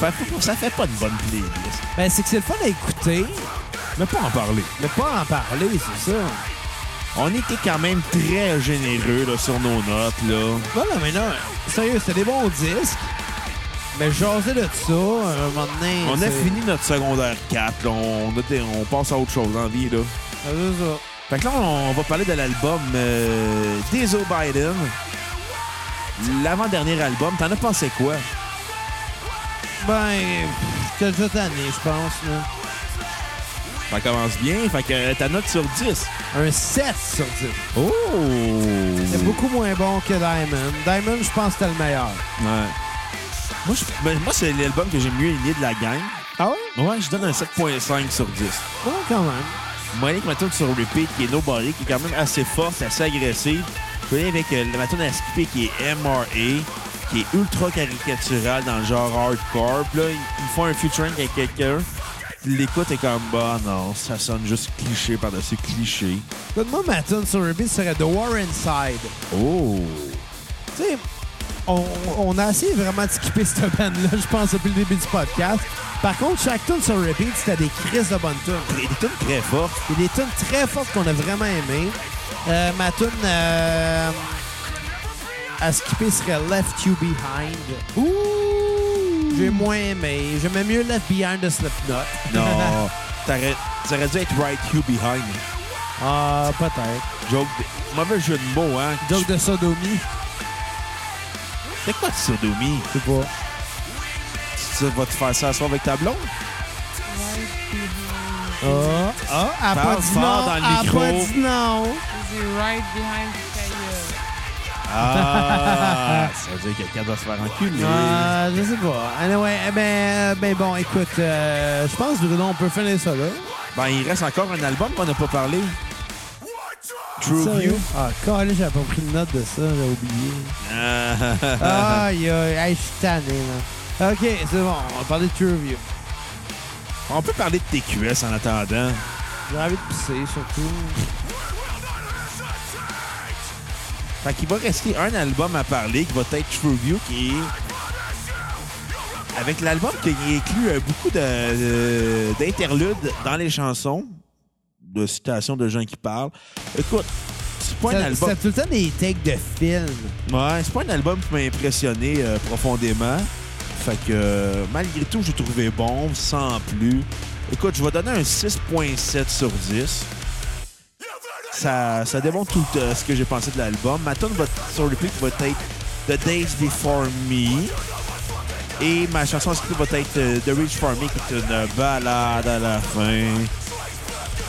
B: Ça fait, ça fait pas de bonne playlist.
A: Ben, c'est que c'est le fun à écouter,
B: Ne pas en parler.
A: mais pas en parler, c'est ça.
B: On était quand même très généreux là, sur nos notes, là.
A: Voilà, mais non, sérieux, c'était des bons disques. Mais jaser de ça, à un moment donné.
B: On a
A: c'est-
B: fini notre secondaire 4. là. On, a des- on passe à autre chose en vie. Là.
A: Ah, c'est ça.
B: Fait que là, on va parler de l'album euh, des Joe Biden. L'avant-dernier album. T'en as pensé quoi?
A: Ben, pff, j'étais déjà tanné, je pense. Là.
B: Ça commence bien. Fait que euh, ta note sur 10.
A: Un 7 sur 10.
B: Oh!
A: C'est beaucoup moins bon que Diamond. Diamond, je pense que c'était le meilleur.
B: Ouais. Moi, je- ben, moi, c'est l'album que j'ai le mieux aligné de la gang.
A: Ah ouais?
B: Ouais, je donne un 7.5 sur 10.
A: Ouais, quand même.
B: Monique ma tune sur repeat qui est Nobody, qui est quand même assez forte, assez agressive. Je vais aller avec euh, ma tune à skipper qui est MRA, qui est ultra caricatural dans le genre hardcore. Puis là, ils font un featuring avec quelqu'un. L'écoute est comme, bah non, ça sonne juste cliché par-dessus cliché.
A: Écoute-moi, ma tune sur repeat serait The War Inside.
B: Oh!
A: Tu sais, on, on a essayé vraiment de skipper cette band-là, je pense, depuis le début du podcast. Par contre, chaque tune sur repeat, c'était des crises de bonnes tunes.
B: Des des tunes très fortes.
A: Il y a des tunes très fortes qu'on a vraiment aimées. Euh, ma tune euh, à skipper serait Left You Behind. Ouh! J'ai moins aimé. J'aimais mieux Left Behind de Slipknot.
B: Non, t'aurais- ça aurait dû être Right You Behind.
A: Ah, peut-être.
B: Joke de- Mauvais jeu de mots, hein?
A: Joke de sodomie.
B: C'est quoi de sodomie?
A: Je sais pas.
B: Tu vas te faire ça à soir avec ta blonde?
C: Right
A: Ah, ah, elle a pas
B: Parle
A: dit
B: fort
A: non.
B: dans le
A: elle a
B: micro.
A: pas dit non.
C: behind, du euh, right behind the tailleur.
B: Ah! ça veut dire que quelqu'un doit se faire enculer.
A: Ah, je sais pas. Anyway, eh ben, euh, ben bon, écoute, euh, je pense, Bruno, on peut finir ça là.
B: Ben, il reste encore un album qu'on n'a pas parlé. True
A: Sérieux?
B: View.
A: Ah, calé, j'avais pas pris de note de ça, j'ai oublié. hein?
B: Ah.
A: Aïe, aïe, aïe, je suis tanné, là. OK, c'est bon, on va parler de True Review.
B: On peut parler de TQS en attendant.
A: J'ai envie de pisser, surtout.
B: Fait qu'il va rester un album à parler qui va être True View qui est. Avec l'album qui inclut euh, beaucoup de- euh, d'interludes dans les chansons, de citations de gens qui parlent. Écoute, c'est pas un
A: Ça-
B: album.
A: C'était tout le temps des takes de film.
B: Ouais, c'est pas un album qui m'a impressionné euh, profondément. Fait que euh, malgré tout, j'ai trouvé bon, sans plus. Écoute, je vais donner un 6.7 sur 10. Ça, ça démontre tout euh, ce que j'ai pensé de l'album. Ma tune va- sur le pic va être The Days Before Me. Et ma chanson sur le pic va être euh, The Reach For Me, qui est une balade à la fin.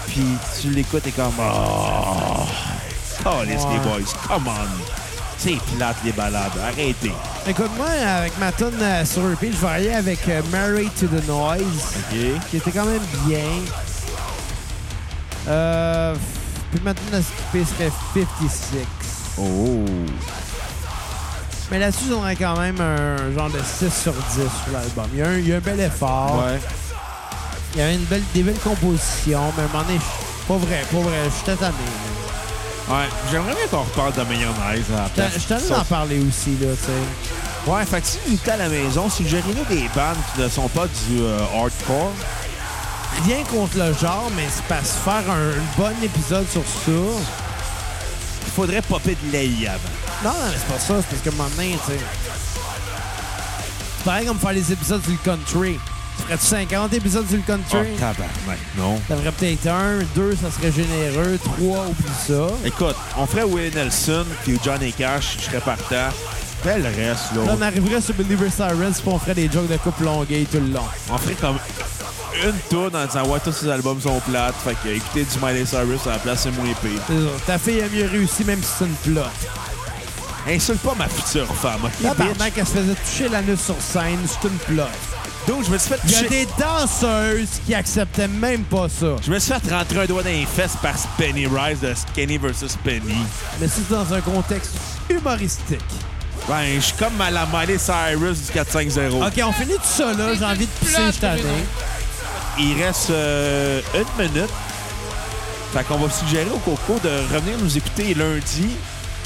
B: Puis tu l'écoutes et comme... Oh, oh les
A: Ouais.
B: boys, come on! C'est plate, les balades. Arrêtez.
A: Écoute, moi, avec ma tonne sur repeat, je vais aller avec euh, Married to the Noise,
B: OK?
A: qui était quand même bien. Euh, puis ma tonne à skipper serait 56.
B: Oh.
A: Mais là-dessus, j'aurais quand même un genre de 6 sur 10 sur l'album. Il y, a un, il y a un bel effort.
B: Ouais.
A: Il y avait une belle, des belles compositions, mais à un moment donné, je- pas vrai, pas vrai, je suis tanné. là.
B: Ouais. J'aimerais bien qu'on reparle de mayonnaise à la place.
A: Je suis tanné d'en parler aussi, là, tu sais.
B: Ouais, fait que si vous êtes à la maison, suggérez-nous des bandes qui ne sont pas du euh, hardcore.
A: Rien contre le genre, mais c'est pas se faire un, un bon épisode sur ça. Non,
B: Il faudrait popper de l'AI avant.
A: non, mais c'est pas ça, c'est parce que un moment donné, tu sais. C'est pareil comme faire les épisodes sur le country. Tu ferais-tu 50 épisodes sur le
B: Oh,
A: country?
B: tabarnak. Non.
A: T'en ferais peut-être un, deux, ça serait généreux, trois, oublie ça.
B: Écoute, on ferait Willie Nelson puis Johnny Cash, je serais partant. Fais le reste, là.
A: Là, on arriverait sur Believer Sirens, puis on ferait des jokes de couple longueuil tout le long.
B: On ferait comme une toune en disant Ouais, tous ces albums sont plates. Fait que écouter du Miley Cyrus à la place, c'est moins pire.
A: C'est ça. Ta fille a mieux réussi, même si c'est une plotte.
B: Insulte pas ma future femme, ok?
A: Tabarnak, elle se faisait toucher l'anus sur scène, c'est une plotte.
B: bitch? Donc, je me suis fait
A: Il y a
B: toucher-
A: des danseuses qui acceptaient même pas ça.
B: Je me suis fait rentrer un doigt dans les fesses par Penny Rice de Skinny vs Penny.
A: Mais c'est dans un contexte humoristique.
B: Ben, je suis comme à la Miley Cyrus du 450.
A: OK, on finit tout ça, là. J'ai envie de pisser cette année.
B: Il reste euh, une minute. Fait qu'on va suggérer au Coco de revenir nous écouter lundi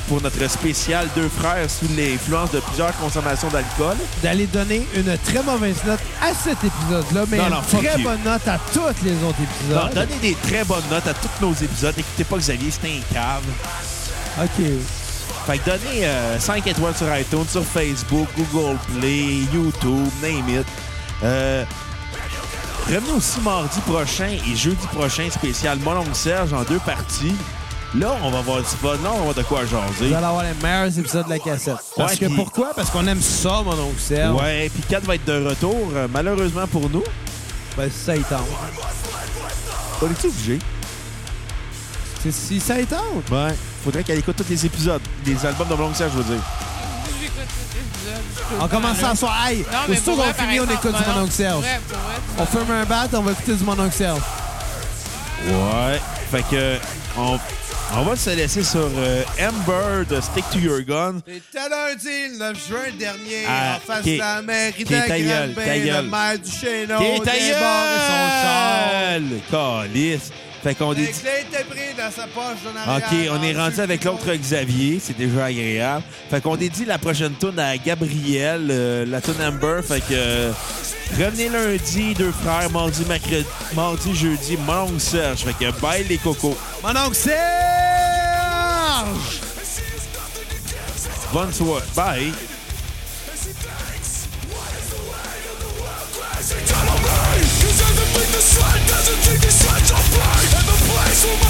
B: pour notre spécial Deux frères sous l'influence de plusieurs consommations d'alcool.
A: D'aller donner une très mauvaise note à cet épisode-là, mais
B: Non, non,
A: une
B: fuck
A: très
B: you.
A: bonne note à tous les autres épisodes.
B: Non, donnez des très bonnes notes à tous nos épisodes. Écoutez pas Xavier, c'est un cave.
A: OK.
B: Fait que donnez 5 étoiles sur iTunes, sur Facebook, Google Play, YouTube, name it. Euh, revenez aussi mardi prochain et jeudi prochain spécial Mon oncle Serge en deux parties. Là, on va avoir du fun. Là, on va avoir de quoi jaser.
A: Vous allez avoir les meilleurs épisodes de la cassette. Parce
B: Ouais,
A: que
B: puis-
A: pourquoi? Parce qu'on aime ça, mon oncle Serge.
B: Ouais, puis 4 va être de retour, euh, malheureusement pour nous.
A: Ben, si ça y tente.
B: On est obligé.
A: C'est- Si ça y tente.
B: Ouais. Faudrait qu'elle écoute tous les épisodes, les albums de Mon oncle Serge, je veux dire.
C: J'écoute cet épisode, je peux
A: On
C: pas,
A: commence
C: là.
A: à soir. Hey,
C: Non, mais
A: aussitôt
C: pour
A: qu'on
C: vrai, par
A: finit, on
C: exemple,
A: écoute du
C: non,
A: mon oncle Serge.
C: pour vrai, pour vrai,
A: On ferme un bat, on va écouter du mon oncle Serge.
B: Ouais. Fait que, on, on va se laisser sur euh, Amber de Stick to Your Gun.
A: C'était lundi, le 9 juin dernier,
B: Ah, en face ok. de la
A: mairie
B: Ok, de ta gueule, Granby, ta le gueule.
A: maire du Chénon,
B: T'es ta gueule! Calice. Fait qu'on dit...
A: étaient prises dans sa poche de
B: OK, on est rendu avec l'autre Xavier. C'est déjà agréable. Fait qu'on dédie la prochaine tourne à Gabriel, euh, la tourne Amber. Fait que... euh, revenez lundi, deux frères. Mardi, mercredi... Mardi, jeudi, mon oncle Serge. Fait que bye les cocos.
A: Mon oncle Serge!
B: Bonne soirée. Bye!
D: Cause I don't think the sun doesn't think it's such a fight And the place will